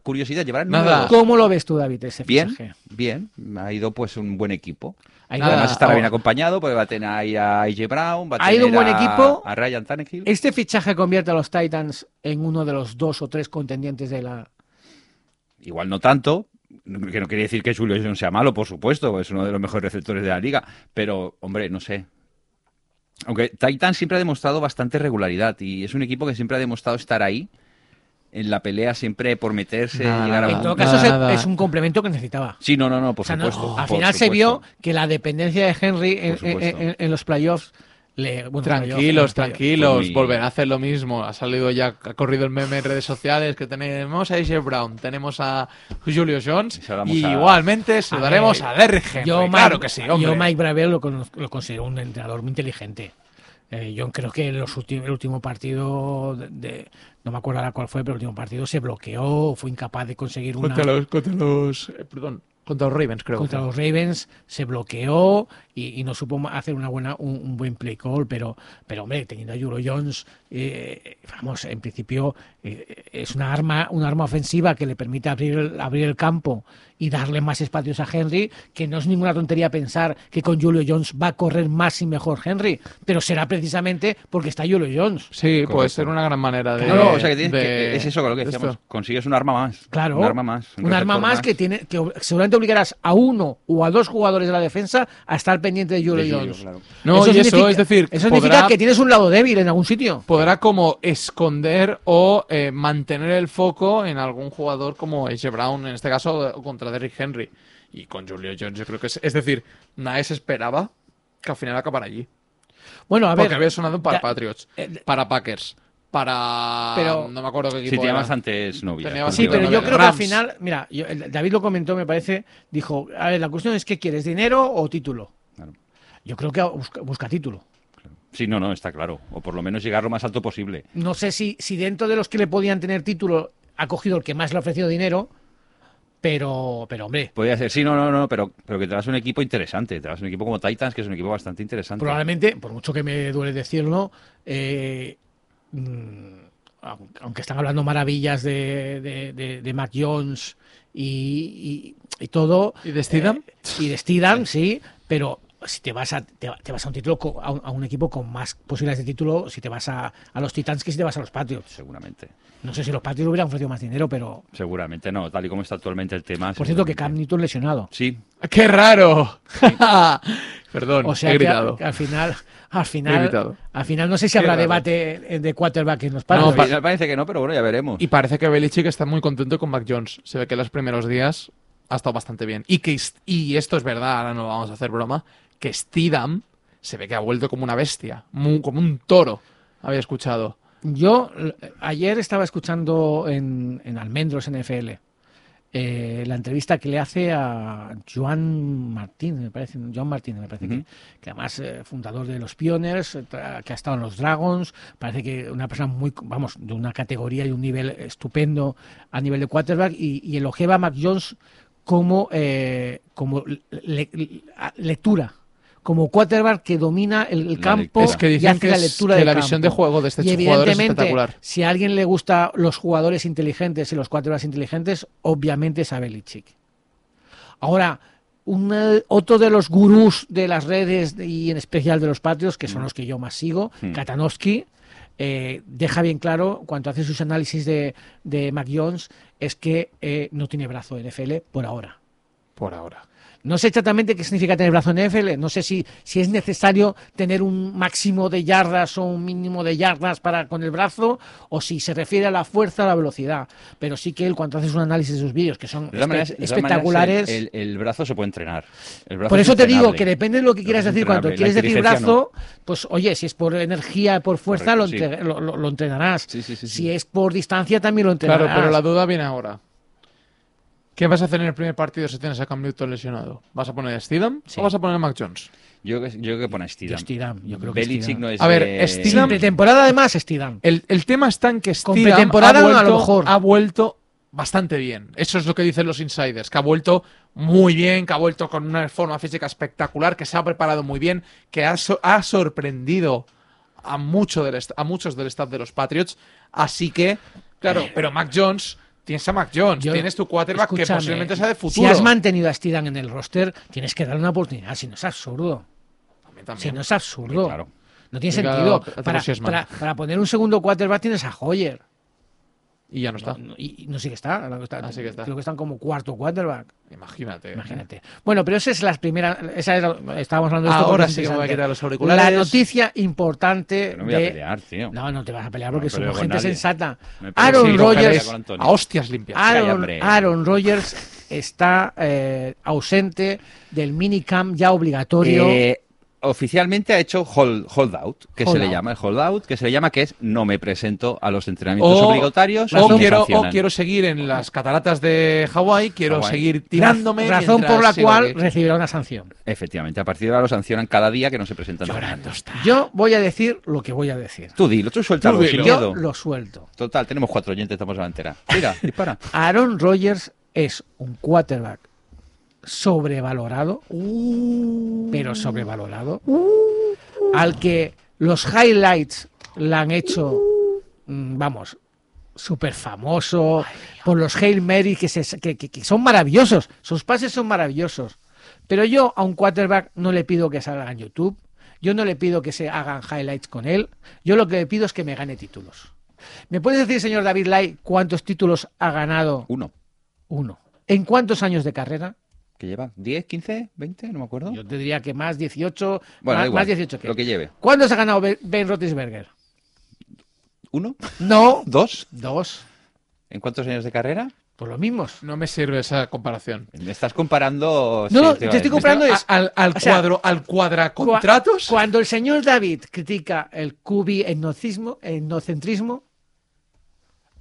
Speaker 4: Curiosidad, llevar el
Speaker 3: Nada.
Speaker 4: número 2.
Speaker 2: ¿Cómo lo ves tú, David, ese
Speaker 4: Bien,
Speaker 2: fichaje?
Speaker 4: bien. Ha ido pues un buen equipo.
Speaker 2: Ha ido-
Speaker 3: Nada,
Speaker 4: Además estará
Speaker 3: ahora-
Speaker 4: bien acompañado porque va a tener ahí a AJ Brown, va a
Speaker 2: Ha ido
Speaker 4: tener
Speaker 2: un buen
Speaker 4: a-
Speaker 2: equipo.
Speaker 4: a Ryan Tannehill.
Speaker 2: Este fichaje convierte a los Titans en uno de los dos o tres contendientes de la...
Speaker 4: Igual no tanto, que no quiere decir que Julio Jones sea malo, por supuesto, es uno de los mejores receptores de la liga, pero hombre, no sé. Aunque Titan siempre ha demostrado bastante regularidad y es un equipo que siempre ha demostrado estar ahí en la pelea siempre por meterse,
Speaker 3: Nada,
Speaker 4: llegar a
Speaker 3: nada.
Speaker 2: En todo
Speaker 4: algún-
Speaker 2: caso,
Speaker 3: nada,
Speaker 2: es-
Speaker 3: nada.
Speaker 2: es un complemento que necesitaba.
Speaker 4: Sí, no, no, no, por
Speaker 2: O sea, no-
Speaker 4: supuesto.
Speaker 2: al
Speaker 4: por
Speaker 2: final se
Speaker 4: supuesto.
Speaker 2: vio que la dependencia de Henry en,
Speaker 4: Por supuesto.
Speaker 2: en- en- en los playoffs... Le, bueno,
Speaker 3: Tranquilos,
Speaker 2: playoffs, playoffs.
Speaker 3: tranquilos,
Speaker 4: Muy-
Speaker 3: volverá a hacer lo mismo. Ha salido ya, ha corrido el meme en redes sociales que tenemos a AJ Brown, tenemos a Julio Jones
Speaker 4: Y se lo damos
Speaker 3: y
Speaker 4: a-
Speaker 3: igualmente se lo
Speaker 2: A
Speaker 3: daremos
Speaker 2: ver,
Speaker 3: a Derrick Henry.
Speaker 2: Yo,
Speaker 3: claro
Speaker 2: Mike,
Speaker 3: que sí, hombre.
Speaker 2: yo Mike Bravel lo, conoz- lo considero un entrenador muy inteligente. Eh, yo creo que los ulti- el último partido, de, de- no me acuerdo ahora cuál fue, pero el último partido se bloqueó, fue incapaz de conseguir una
Speaker 3: contra los, contra los, eh, perdón, contra los Ravens creo. que
Speaker 2: contra
Speaker 3: fue.
Speaker 2: los Ravens, se bloqueó y, y no supo ma- hacer una buena, un, un buen play call, pero, pero hombre, teniendo a Euro Jones, eh, vamos, en principio eh, es una arma, un arma ofensiva que le permite abrir el, abrir el campo y darle más espacios a Henry, que no es ninguna tontería pensar que con Julio Jones va a correr más y mejor Henry, pero será precisamente porque está Julio Jones.
Speaker 3: Sí, puede
Speaker 4: Eh, Correcto.
Speaker 3: ser una gran manera de.
Speaker 4: No, no, o sea, que tienes
Speaker 3: de-
Speaker 4: que- es eso con lo que
Speaker 3: de
Speaker 4: decíamos,
Speaker 3: esto.
Speaker 4: consigues un arma más.
Speaker 2: Claro.
Speaker 4: Un arma más.
Speaker 2: Un arma
Speaker 4: receptor
Speaker 2: más que tiene que ob- seguramente obligarás a uno o a dos jugadores de la defensa a estar pendiente de Julio
Speaker 4: De Julio,
Speaker 2: Jones.
Speaker 4: claro.
Speaker 3: No, y eso, es decir,
Speaker 2: eso
Speaker 3: podrá-
Speaker 2: significa que tienes un lado débil en algún sitio.
Speaker 3: podrá como esconder o eh, mantener el foco en algún jugador como AJ Brown, en este caso eh, contra Derrick Henry. Y con Julio Jones, yo creo que es. Es decir, nadie se esperaba que al final acabara allí.
Speaker 2: Bueno, a ver,
Speaker 3: Porque había sonado para
Speaker 2: ya-
Speaker 3: Patriots,
Speaker 2: eh,
Speaker 3: para Packers, para.
Speaker 2: Pero-
Speaker 3: no me acuerdo qué
Speaker 4: Sí,
Speaker 3: equipo.
Speaker 4: tenía
Speaker 3: era.
Speaker 4: bastantes novias.
Speaker 3: Tenía
Speaker 4: por
Speaker 2: sí,
Speaker 3: bastante
Speaker 4: decirlo
Speaker 2: pero
Speaker 4: de
Speaker 2: yo
Speaker 4: manera.
Speaker 2: creo que al final,
Speaker 3: Rams.
Speaker 2: mira, yo- el- David lo comentó, me parece, dijo, a ver, la cuestión es qué quieres, dinero o título.
Speaker 4: Claro.
Speaker 2: Yo creo que busca, busca título.
Speaker 4: Sí, no, no, está claro. O por lo menos llegar lo más alto posible.
Speaker 2: No sé si, si dentro de los que le podían tener título ha cogido el que más le ha ofrecido dinero, pero, pero hombre,
Speaker 4: Podría ser, sí, no, no, no, pero, pero que te vas a un equipo interesante. Te vas a un equipo como Titans, que es un equipo bastante interesante.
Speaker 2: probablemente, por mucho que me duele decirlo, eh, mm, au- aunque están hablando maravillas de, de, de- de Mac Jones y, y- y todo.
Speaker 3: ¿Y de Steedham?
Speaker 2: eh, y de Steedham, sí, pero si te vas a, te, va- te vas a un título co- a un, a un equipo con más posibilidades de título, si te vas a, a los Titans que si te vas a los Patriots.
Speaker 4: Seguramente.
Speaker 2: No sé si los Patriots hubieran ofrecido más dinero, pero
Speaker 4: Seguramente no, tal y como está actualmente el tema.
Speaker 2: por cierto que Cam
Speaker 4: seguramente.
Speaker 2: Newton lesionado.
Speaker 4: Sí,
Speaker 3: ¡Qué raro! Perdón,
Speaker 2: O sea
Speaker 3: he
Speaker 2: que,
Speaker 3: gritado.
Speaker 2: al, que al final, al
Speaker 3: He
Speaker 2: final,
Speaker 3: gritado.
Speaker 2: al final no sé si
Speaker 3: Qué
Speaker 2: habrá
Speaker 3: raro.
Speaker 2: debate eh, de quarterback en los
Speaker 4: no,
Speaker 2: Patriots.
Speaker 4: pa- parece que no, pero bueno, ya veremos.
Speaker 3: Y parece que Belichick está muy contento con Mac Jones. Se ve que los primeros días ha estado bastante bien. Y, que, est- y esto es verdad, ahora no vamos a hacer broma, que Steedham se ve que ha vuelto como una bestia, mu- como un toro, había escuchado.
Speaker 2: eh, Yo l- ayer estaba escuchando en, en Almendros NFL eh, la entrevista que le hace a Joan Martín, me parece, Joan Martín, me parece
Speaker 4: Ujú.
Speaker 2: que, que además eh, fundador de los Pioneers, eh, tra- que ha estado en los Dragons, parece que una persona muy, vamos, de una categoría y un nivel estupendo a nivel de quarterback y, y elogiaba a Mac Jones como, eh, como le- le- a- lectura. Como quarterback que domina el, el
Speaker 4: La
Speaker 2: campo
Speaker 4: lectura.
Speaker 3: Es que
Speaker 2: y
Speaker 3: dicen
Speaker 2: hace
Speaker 3: que,
Speaker 2: la
Speaker 3: es-
Speaker 2: lectura
Speaker 3: que
Speaker 2: del
Speaker 3: la visión de
Speaker 2: campo.
Speaker 3: juego de este
Speaker 2: Y
Speaker 3: jugador es
Speaker 2: evidentemente,
Speaker 3: espectacular.
Speaker 2: si a alguien le gusta los jugadores inteligentes y los quarterbacks inteligentes, obviamente es a Belichick. Ahora, una- otro de los gurús de las redes y en especial de los patrios, que son los que yo más sigo,
Speaker 4: Mm.
Speaker 2: Katanowski, eh, deja bien claro cuando hace sus análisis de, de Mac Jones es que eh, no tiene brazo NFL por ahora.
Speaker 3: Por ahora.
Speaker 2: No sé exactamente qué significa tener brazo en NFL. No sé si, si es necesario tener un máximo de yardas o un mínimo de yardas para con el brazo o si se refiere a la fuerza o la velocidad. Pero sí que él, cuando haces un análisis de sus vídeos, que son
Speaker 4: De todas maneras-
Speaker 2: espe-
Speaker 4: de todas maneras,
Speaker 2: espectaculares.
Speaker 4: el, el- el brazo se puede entrenar. El brazo
Speaker 2: por
Speaker 4: es
Speaker 2: eso te digo
Speaker 4: entrenable.
Speaker 2: que depende de lo que
Speaker 4: Lo
Speaker 2: quieras
Speaker 4: que es
Speaker 2: decir. Cuando
Speaker 4: entrenable.
Speaker 2: quieres
Speaker 4: La
Speaker 2: decir
Speaker 4: inteligencia
Speaker 2: brazo, pues oye, si es por energía, por fuerza,
Speaker 4: Correcto,
Speaker 2: lo,
Speaker 4: sí.
Speaker 2: entre- lo- lo- lo entrenarás.
Speaker 4: Sí, sí, sí, sí.
Speaker 2: Si es por distancia, también lo entrenarás.
Speaker 3: Claro, pero la duda viene ahora. ¿Qué vas a hacer en el primer partido si tienes a Cam Newton lesionado? ¿Vas a poner a Steedham
Speaker 2: Sí.
Speaker 3: o vas a poner a Mac Jones?
Speaker 4: Yo, creo que- yo creo que pone a Steedham.
Speaker 2: Yo Steedham, yo creo que
Speaker 4: Belichick
Speaker 2: Steedham.
Speaker 4: no es
Speaker 3: A ver,
Speaker 4: de-
Speaker 3: Steedham-
Speaker 2: Sin temporada además, es Tidam.
Speaker 3: El, el tema está en que
Speaker 2: Con
Speaker 3: Steedham ha
Speaker 2: pretemporada, a lo
Speaker 3: vuelto,
Speaker 2: mejor.
Speaker 3: ha vuelto bastante bien. Eso es lo que dicen los insiders, que ha vuelto muy bien, que ha vuelto con una forma física espectacular, que se ha preparado muy bien, que ha, so- ha sorprendido a, mucho del est- a muchos del staff de los Patriots. Así que, claro, pero Mac Jones, tienes a Mac Jones,
Speaker 2: Eh. Yo-
Speaker 3: tienes tu quarterback que
Speaker 2: Escúchame,
Speaker 3: posiblemente sea de futuro.
Speaker 2: Si has mantenido a Steedham en el roster, tienes que darle una oportunidad. Si no es absurdo.
Speaker 3: También, también.
Speaker 2: Si no es absurdo.
Speaker 4: Claro.
Speaker 2: No tiene
Speaker 3: Sí, claro,
Speaker 2: sentido.
Speaker 3: pero te
Speaker 2: Para,
Speaker 3: entusiasma.
Speaker 2: para- para poner un segundo quarterback tienes a Hoyer.
Speaker 3: Y ya no está.
Speaker 2: No, y, y no sé que está. ahora que está-
Speaker 3: Ah, sí que está.
Speaker 2: Creo que están como cuarto quarterback.
Speaker 3: Imagínate.
Speaker 2: Imagínate. Bueno, pero esa es la primera. Esa era- estábamos hablando de esto.
Speaker 3: Ahora
Speaker 2: porque es
Speaker 3: sí que me voy a
Speaker 2: interesante.
Speaker 3: quitar los auriculares.
Speaker 2: La noticia importante.
Speaker 4: Pero no me voy
Speaker 2: de-
Speaker 4: a pelear, tío.
Speaker 2: No, no te vas a pelear
Speaker 4: No
Speaker 2: porque
Speaker 4: me peleo
Speaker 2: somos
Speaker 4: con
Speaker 2: gente
Speaker 4: nadie.
Speaker 2: sensata.
Speaker 4: Me peleo
Speaker 2: Aaron
Speaker 4: con-
Speaker 2: Rodgers.
Speaker 4: con Antonio.
Speaker 3: A hostias limpias.
Speaker 4: Calla,
Speaker 2: Aaron,
Speaker 4: hombre.
Speaker 2: Aaron Rodgers está eh, ausente del minicamp ya obligatorio.
Speaker 4: Eh, oficialmente ha hecho hold, holdout, que se
Speaker 2: Holdout.
Speaker 4: le llama el holdout, que se le llama que es no me presento a los entrenamientos
Speaker 2: Oh,
Speaker 3: O-
Speaker 4: obligatorios.
Speaker 3: o
Speaker 4: y me
Speaker 3: quiero, o
Speaker 4: sancionan.
Speaker 3: quiero seguir en las cataratas de Hawái, quiero
Speaker 4: Hawái.
Speaker 3: seguir tirándome.
Speaker 2: razón
Speaker 3: mientras
Speaker 2: por la
Speaker 3: sigo
Speaker 2: cual
Speaker 3: aquí.
Speaker 2: recibirá una sanción.
Speaker 4: Efectivamente, a partir de ahora lo sancionan cada día que no se presentan.
Speaker 2: Llorando está. Yo voy a decir lo que voy a decir.
Speaker 4: Tú dilo, tú suéltalo,
Speaker 3: Tú
Speaker 4: sin
Speaker 3: dilo.
Speaker 2: Yo
Speaker 4: miedo.
Speaker 2: lo suelto.
Speaker 4: Total, tenemos cuatro oyentes, estamos a la entera. Mira, dispara.
Speaker 2: Aaron Rodgers es un quarterback sobrevalorado, pero sobrevalorado, al que los highlights la han hecho, mm, vamos, súper famoso, por los Hail Mary que, se- que- que- que son maravillosos, sus pases son maravillosos. Pero yo a un quarterback no le pido que salga en YouTube, yo no le pido que se hagan highlights con él, yo lo que le pido es que me gane títulos. ¿Me puede decir, señor David Lai, cuántos títulos ha ganado
Speaker 4: Uno.
Speaker 2: uno? ¿En cuántos años de carrera?
Speaker 4: ¿Qué lleva? ¿10, 15, 20? No me acuerdo.
Speaker 2: Yo te diría que más 18,
Speaker 4: Bueno, da
Speaker 2: más,
Speaker 4: igual,
Speaker 2: más 18 que.
Speaker 4: Lo que lleve.
Speaker 2: ¿Cuántos ha ganado Ben- Ben Roethlisberger?
Speaker 4: ¿Uno?
Speaker 2: No,
Speaker 4: ¿Dos?
Speaker 2: dos,
Speaker 4: ¿En cuántos años de carrera?
Speaker 2: por lo mismos.
Speaker 3: No me sirve esa comparación.
Speaker 4: Me estás comparando.
Speaker 2: No,
Speaker 4: sí,
Speaker 2: te
Speaker 4: va,
Speaker 2: estoy
Speaker 4: me
Speaker 2: comparando-
Speaker 4: está-
Speaker 2: es-
Speaker 3: A- al, al
Speaker 2: o sea,
Speaker 3: cuadro, al cuadracontratos.
Speaker 2: Cua- Cuando el señor David critica el cubi etnocismo, etnocentrismo,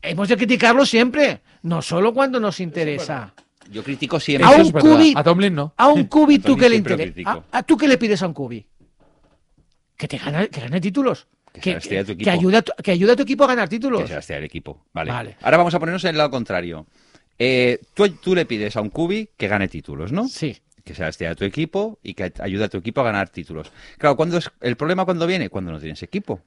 Speaker 2: hemos de criticarlo siempre, no solo cuando nos interesa.
Speaker 4: Yo critico
Speaker 3: Eso
Speaker 4: siempre.
Speaker 2: Aún-
Speaker 3: es verdad.
Speaker 2: cubi-
Speaker 3: A Tomlin no.
Speaker 2: A un cubi tú
Speaker 4: Tony
Speaker 2: que le
Speaker 4: siempre lo
Speaker 2: interesa.
Speaker 4: critico.
Speaker 2: ¿A, a tú qué le pides a un cubi? Que te gane, que gane títulos.
Speaker 4: Que
Speaker 2: Que,
Speaker 4: se las tire a tu
Speaker 2: que
Speaker 4: equipo.
Speaker 2: ayude a tu, que ayude a tu equipo a ganar títulos.
Speaker 4: Que se las tira el equipo. Vale.
Speaker 2: Vale.
Speaker 4: Ahora vamos a ponernos en el lado contrario. Eh, tú, tú le pides a un cubi que gane títulos, ¿no?
Speaker 2: Sí.
Speaker 4: Que se las tira a tu equipo y que ayude a tu equipo a ganar títulos. Claro, ¿cuándo es el problema cuando viene? Cuando no tienes equipo.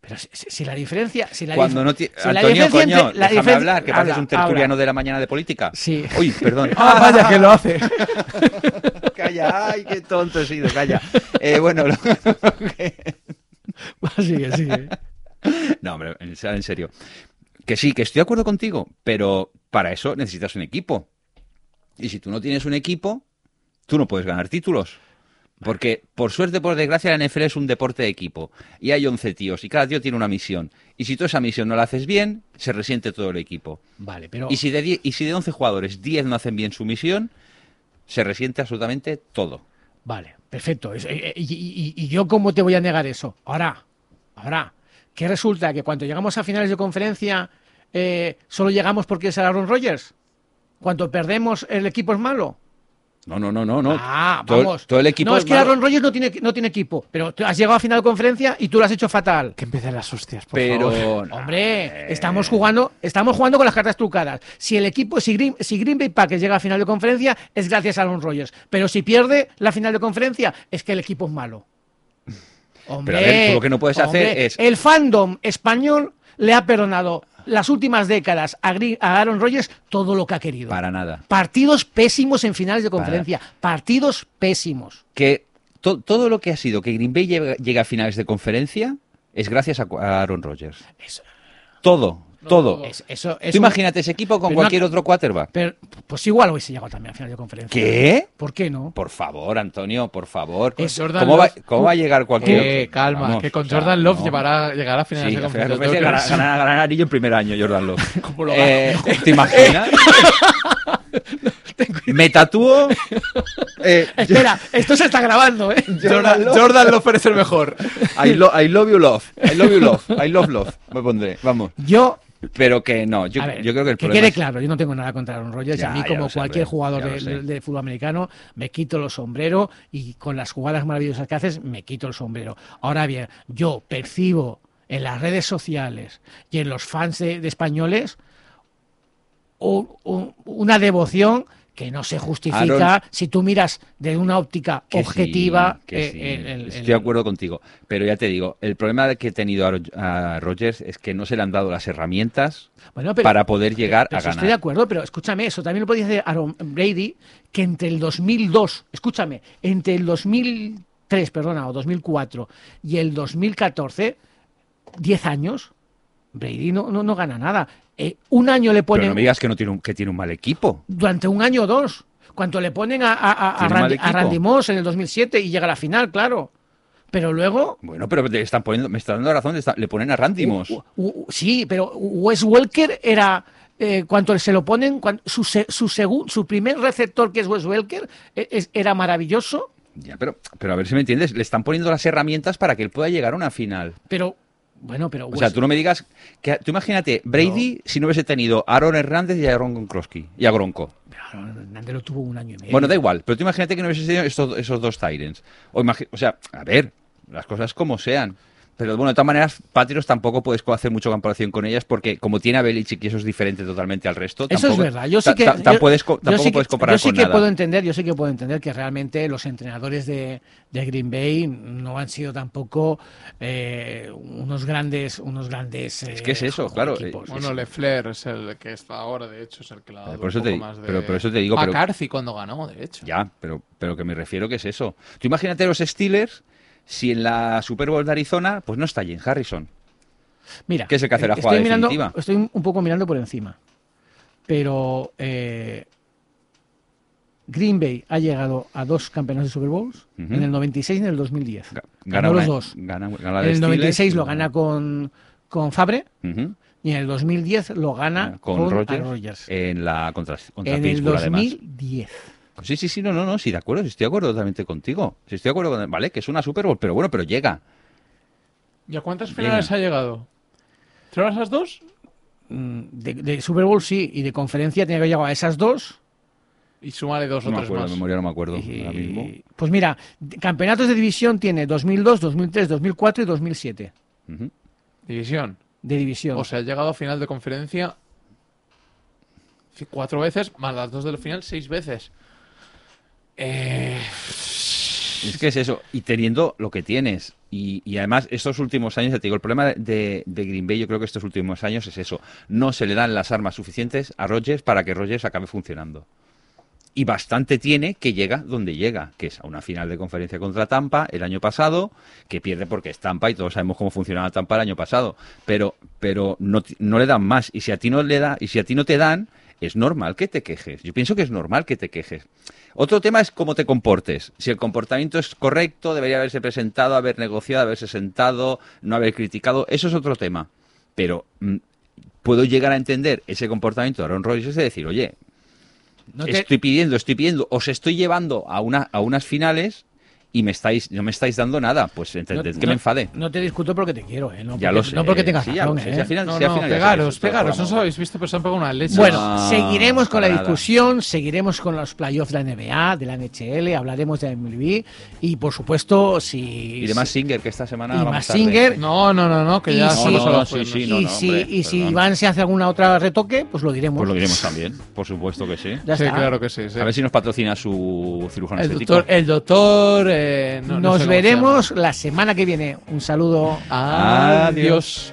Speaker 2: Pero si, si- si la diferencia. Si la
Speaker 4: Cuando
Speaker 2: dif-
Speaker 4: no tienes.
Speaker 2: si la
Speaker 4: Antonio,
Speaker 2: diferencia
Speaker 4: coño,
Speaker 2: entre- la
Speaker 4: déjame
Speaker 2: diferencia-
Speaker 4: hablar, que
Speaker 2: habla,
Speaker 4: pareces un tertuliano
Speaker 2: habla.
Speaker 4: de la mañana de política.
Speaker 2: Sí.
Speaker 4: Uy, perdón.
Speaker 3: Ah, vaya que lo hace.
Speaker 4: Calla, ay, qué tonto he sido, calla. Eh, bueno, lo-
Speaker 2: Sigue, sigue.
Speaker 4: No, hombre, en sea- en serio. Que sí, que estoy de acuerdo contigo, pero para eso necesitas un equipo. Y si tú no tienes un equipo, tú no puedes ganar títulos. Porque, por suerte, por desgracia, la NFL es un deporte de equipo. Y hay 11 tíos, y cada tío tiene una misión. Y si tú esa misión no la haces bien, se resiente todo el equipo.
Speaker 2: Vale, pero.
Speaker 4: Y si de, 10 y si de 11 jugadores, 10 no hacen bien su misión, se resiente absolutamente todo.
Speaker 2: Vale, perfecto. Es- eh, eh, Y, y- y- y yo cómo te voy a negar eso? Ahora, ahora, ¿qué resulta? ¿Que cuando llegamos a finales de conferencia eh, solo llegamos porque es Aaron Rodgers? Cuando perdemos, el equipo es malo.
Speaker 4: No, no, no, no. no.
Speaker 2: Ah,
Speaker 4: todo,
Speaker 2: vamos.
Speaker 4: todo el equipo.
Speaker 2: No, es, que
Speaker 4: malo.
Speaker 2: Aaron Rodgers no tiene, no tiene equipo. Pero tú has llegado a final de conferencia y tú lo has hecho fatal.
Speaker 3: Que empiecen las hostias, por
Speaker 4: Pero.
Speaker 3: favor.
Speaker 4: eh,
Speaker 2: Hombre, estamos jugando, estamos jugando con las cartas trucadas. Si el equipo, si Green, si Green Bay Packers llega a final de conferencia, es gracias a Aaron Rodgers. Pero si pierde la final de conferencia, es que el equipo es malo. Hombre,
Speaker 4: Pero, a ver, tú lo que no puedes hacer es-
Speaker 2: El fandom español le ha perdonado las últimas décadas a, Green- a Aaron Rodgers todo lo que ha querido.
Speaker 4: Para nada.
Speaker 2: Partidos pésimos en finales de conferencia. Partidos pésimos.
Speaker 4: Que to- todo lo que ha sido que Green Bay llega, llega a finales de conferencia es gracias a, a Aaron Rodgers.
Speaker 2: Eso-
Speaker 4: Todo,
Speaker 3: No,
Speaker 4: todo.
Speaker 3: no,
Speaker 2: Es- eso,
Speaker 4: Tú
Speaker 2: eso-
Speaker 4: imagínate ese equipo con
Speaker 2: Pero
Speaker 4: cualquier
Speaker 2: no-
Speaker 4: otro quarterback.
Speaker 2: pero, pues igual hubiese llegado también a final de conferencia.
Speaker 4: ¿Qué?
Speaker 2: ¿Por qué no?
Speaker 4: Por favor, Antonio, por favor.
Speaker 3: Con Jordan
Speaker 4: ¿Cómo, va,
Speaker 3: Love-
Speaker 4: cómo va a llegar cualquier
Speaker 3: Que
Speaker 4: otro?
Speaker 3: Eh, calma,
Speaker 4: Vamos,
Speaker 3: que con
Speaker 4: o sea,
Speaker 3: Jordan Love
Speaker 4: no.
Speaker 3: llevará, llegará a
Speaker 4: Sí,
Speaker 3: finales de
Speaker 4: al
Speaker 3: conferencia.
Speaker 4: final de conferencia ganará-
Speaker 3: Tengo que-
Speaker 4: ganará- ganará anillo en primer año, Jordan Love.
Speaker 3: ¿Cómo lo
Speaker 4: Eh, ¿Te imaginas? Me tatúo. eh,
Speaker 2: Espera, esto se está grabando, ¿eh?
Speaker 3: Jordan, Jordan Love es el mejor.
Speaker 4: I, lo- I love you, love. I love you, love. I love, love. Me pondré, vamos.
Speaker 2: Yo,
Speaker 4: Pero que no, yo,
Speaker 2: a ver,
Speaker 4: yo creo que el problema.
Speaker 2: quede
Speaker 4: es-
Speaker 2: claro, yo no tengo nada contra Aaron Rodgers. y a
Speaker 4: Ya,
Speaker 2: mí,
Speaker 4: ya
Speaker 2: como
Speaker 4: lo sé,
Speaker 2: cualquier
Speaker 4: hombre,
Speaker 2: jugador
Speaker 4: ya lo
Speaker 2: de,
Speaker 4: sé.
Speaker 2: de fútbol americano, me quito los sombreros y con las jugadas maravillosas que haces, me quito el sombrero. Ahora bien, yo percibo en las redes sociales y en los fans de, de españoles un- un- una devoción que no se justifica
Speaker 4: Aaron-
Speaker 2: si tú miras de una óptica
Speaker 4: que sí,
Speaker 2: objetiva.
Speaker 4: que
Speaker 2: eh,
Speaker 4: sí.
Speaker 2: el- el-
Speaker 4: Estoy
Speaker 2: el-
Speaker 4: de acuerdo contigo. Pero ya te digo, el problema que ha tenido a, a Rogers es que no se le han dado las herramientas
Speaker 2: Bueno, pero-
Speaker 4: para poder llegar
Speaker 2: Pero
Speaker 4: a
Speaker 2: si Estoy de
Speaker 4: ganar.
Speaker 2: acuerdo, pero escúchame, eso también lo podía hacer Aaron Brady, que entre el 2002, escúchame, entre el 2003, perdona, o 2004 y el 2014, 10 años, Brady no, no, no gana nada. Eh, un año le
Speaker 4: Pero
Speaker 2: ponen,
Speaker 4: no me digas que no tiene un, que tiene un mal equipo.
Speaker 2: durante un año o dos, cuando le ponen a, a- a- a
Speaker 4: Tiene mal
Speaker 2: Randy, a
Speaker 4: equipo.
Speaker 2: Randy Moss en el 2007 y llega a la final, claro. Pero luego...
Speaker 4: Bueno, pero te están poniendo, me está dando razón, te está- le ponen a Randimos.
Speaker 2: U- u- u- sí, pero Wes Welker era. eh, cuando se lo ponen, cuan- su, se- su, segun- su primer receptor, que es Wes Welker, e- es- era maravilloso,
Speaker 4: Ya, pero, pero a ver si me entiendes, le están poniendo las herramientas para que él pueda llegar a una final.
Speaker 2: pero. Bueno, pero.
Speaker 4: O sea,
Speaker 2: Wes-
Speaker 4: tú no me digas que tú imagínate Brady si no hubiese tenido a Aaron Hernández y a Aaron Gronkowski y a Gronko.
Speaker 2: pero Aaron Hernández lo tuvo un año y medio.
Speaker 4: Bueno, da igual, pero tú imagínate que no hubiese tenido estos, esos dos Tyrants. O, imagi- o sea, a ver, las cosas como sean. Pero bueno, de todas maneras, Patriots tampoco puedes co- hacer mucho comparación con ellas porque como tiene a Belichick y eso es diferente totalmente al resto.
Speaker 2: Eso
Speaker 4: tampoco-
Speaker 2: es verdad. Yo
Speaker 4: ta-
Speaker 2: sí que.
Speaker 4: ta- tan
Speaker 2: yo-
Speaker 4: puedes co-
Speaker 2: yo
Speaker 4: tampoco
Speaker 2: sí que-
Speaker 4: puedes comparar
Speaker 2: yo sí
Speaker 4: con
Speaker 2: que
Speaker 4: nada.
Speaker 2: puedo entender, yo sí que puedo entender que realmente los entrenadores de, de Green Bay no han sido tampoco eh, unos grandes. Unos grandes
Speaker 4: Es que es eso, claro, eh,
Speaker 3: Bueno, Lefler es el que está ahora, de hecho, es el que la ha dado
Speaker 4: Por eso
Speaker 3: un
Speaker 4: te
Speaker 3: poco
Speaker 4: di-
Speaker 3: más de...
Speaker 4: pero- pero eso te digo, pero-
Speaker 3: McCarthy cuando ganó, de hecho.
Speaker 4: Ya, pero, pero que me refiero que es eso. Tú imagínate los Steelers si en la Super Bowl de Arizona pues no está Jim Harrison.
Speaker 2: Mira, eh,
Speaker 4: ¿Qué es el que hace la
Speaker 2: estoy
Speaker 4: jugada
Speaker 2: mirando-
Speaker 4: definitiva?
Speaker 2: Estoy un poco mirando por encima. Pero eh, Green Bay ha llegado a dos campeonatos de Super Bowls,
Speaker 4: Ujú.
Speaker 2: en el 96 y en el 2010.
Speaker 4: Ga-
Speaker 2: Ganó los
Speaker 4: una-
Speaker 2: dos.
Speaker 4: Gana,
Speaker 2: En
Speaker 4: gana la de
Speaker 2: el
Speaker 4: Steelers
Speaker 2: 96 lo
Speaker 4: y-
Speaker 2: gana con, con Fabre
Speaker 4: Ujú.
Speaker 2: y en el 2010 lo gana
Speaker 4: Ah, con,
Speaker 2: con, Aaron
Speaker 4: Rodgers,
Speaker 2: Rodgers.
Speaker 4: en la contra, contra
Speaker 2: en el
Speaker 4: Pittsburgh, además.
Speaker 2: 2010.
Speaker 4: Pues Sí, sí, sí, no, no, no, sí, de acuerdo, sí, estoy de acuerdo totalmente contigo. Sí, estoy de acuerdo con, vale, que es una Super Bowl, pero bueno, pero llega.
Speaker 3: ¿Y a cuántas
Speaker 4: Llega.
Speaker 3: finales ha llegado? ¿Tres horas las dos?
Speaker 2: Mm, De, de Super Bowl sí, y de conferencia tenía que haber llegado a esas dos.
Speaker 3: Y súmale dos
Speaker 4: No
Speaker 3: o
Speaker 4: me
Speaker 3: tres
Speaker 4: acuerdo, de
Speaker 3: más.
Speaker 4: memoria no me acuerdo
Speaker 2: Y-
Speaker 4: ahora mismo.
Speaker 2: Pues mira, de- campeonatos de división tiene 2002, 2003, 2004 y 2007
Speaker 4: Ujú.
Speaker 3: División.
Speaker 2: de división.
Speaker 3: O sea, ha llegado a final de conferencia c- cuatro veces, más las dos del final, seis veces. Eh,
Speaker 4: Es que es eso, y teniendo lo que tienes. Y, y además, estos últimos años, ya te digo, el problema de, de Green Bay, yo creo que estos últimos años es eso. No se le dan las armas suficientes a Rodgers para que Rodgers acabe funcionando. Y bastante tiene que llega donde llega, que es a una final de conferencia contra Tampa el año pasado, que pierde porque es Tampa y todos sabemos cómo funcionaba Tampa el año pasado. Pero, pero no, ti- no le dan más. Y si a ti no le da, y si a ti no te dan, es normal que te quejes. Yo pienso que es normal que te quejes. Otro tema es cómo te comportes. Si el comportamiento es correcto, debería haberse presentado, haber negociado, haberse sentado, no haber criticado. Eso es otro tema. Pero mm, puedo llegar a entender ese comportamiento de Aaron Rodgers de decir, oye,
Speaker 2: No te-
Speaker 4: estoy pidiendo, estoy pidiendo, os estoy llevando a, una, a unas finales y me estáis, no me estáis dando nada. Pues entended que me enfade.
Speaker 2: No te discuto porque te quiero, ¿eh? No
Speaker 4: ya
Speaker 2: porque,
Speaker 4: lo sé.
Speaker 2: no porque tengas
Speaker 4: Sí, ya lo
Speaker 2: razón,
Speaker 4: sé.
Speaker 2: ¿eh?
Speaker 4: Si al final-
Speaker 3: No,
Speaker 4: si al
Speaker 3: no,
Speaker 4: final ya
Speaker 3: pegaros,
Speaker 4: sabéis, todo el
Speaker 3: pegaros. No os
Speaker 4: programa.
Speaker 3: habéis visto, pero se han pegado una leche.
Speaker 2: Bueno,
Speaker 4: No,
Speaker 2: seguiremos con la
Speaker 4: para nada.
Speaker 2: discusión, seguiremos con los playoffs de la NBA, de la NHL, hablaremos de MLB y por supuesto si...
Speaker 4: Y de más Singer, que esta semana
Speaker 2: Y
Speaker 4: vamos
Speaker 2: más
Speaker 4: tarde.
Speaker 2: Singer.
Speaker 3: No, no, no, no, que
Speaker 2: Y
Speaker 3: ya
Speaker 2: si-
Speaker 3: solo
Speaker 2: No,
Speaker 3: se
Speaker 2: no,
Speaker 3: lo
Speaker 4: sí,
Speaker 3: pueden-
Speaker 4: sí,
Speaker 2: y
Speaker 4: no, no,
Speaker 2: si,
Speaker 4: hombre,
Speaker 2: y si
Speaker 4: perdón.
Speaker 2: Iván se hace alguna otra retoque, pues lo diremos.
Speaker 4: Pues lo diremos también, por supuesto que sí.
Speaker 2: Ya
Speaker 3: Sí,
Speaker 2: está.
Speaker 3: claro que sí. sí.
Speaker 4: A ver si nos patrocina su cirujano
Speaker 3: el
Speaker 4: estético.
Speaker 3: doctor, el doctor eh, no-
Speaker 2: Nos
Speaker 3: no sé cómo se llama.
Speaker 2: veremos la semana que viene. Un saludo.
Speaker 3: Adiós.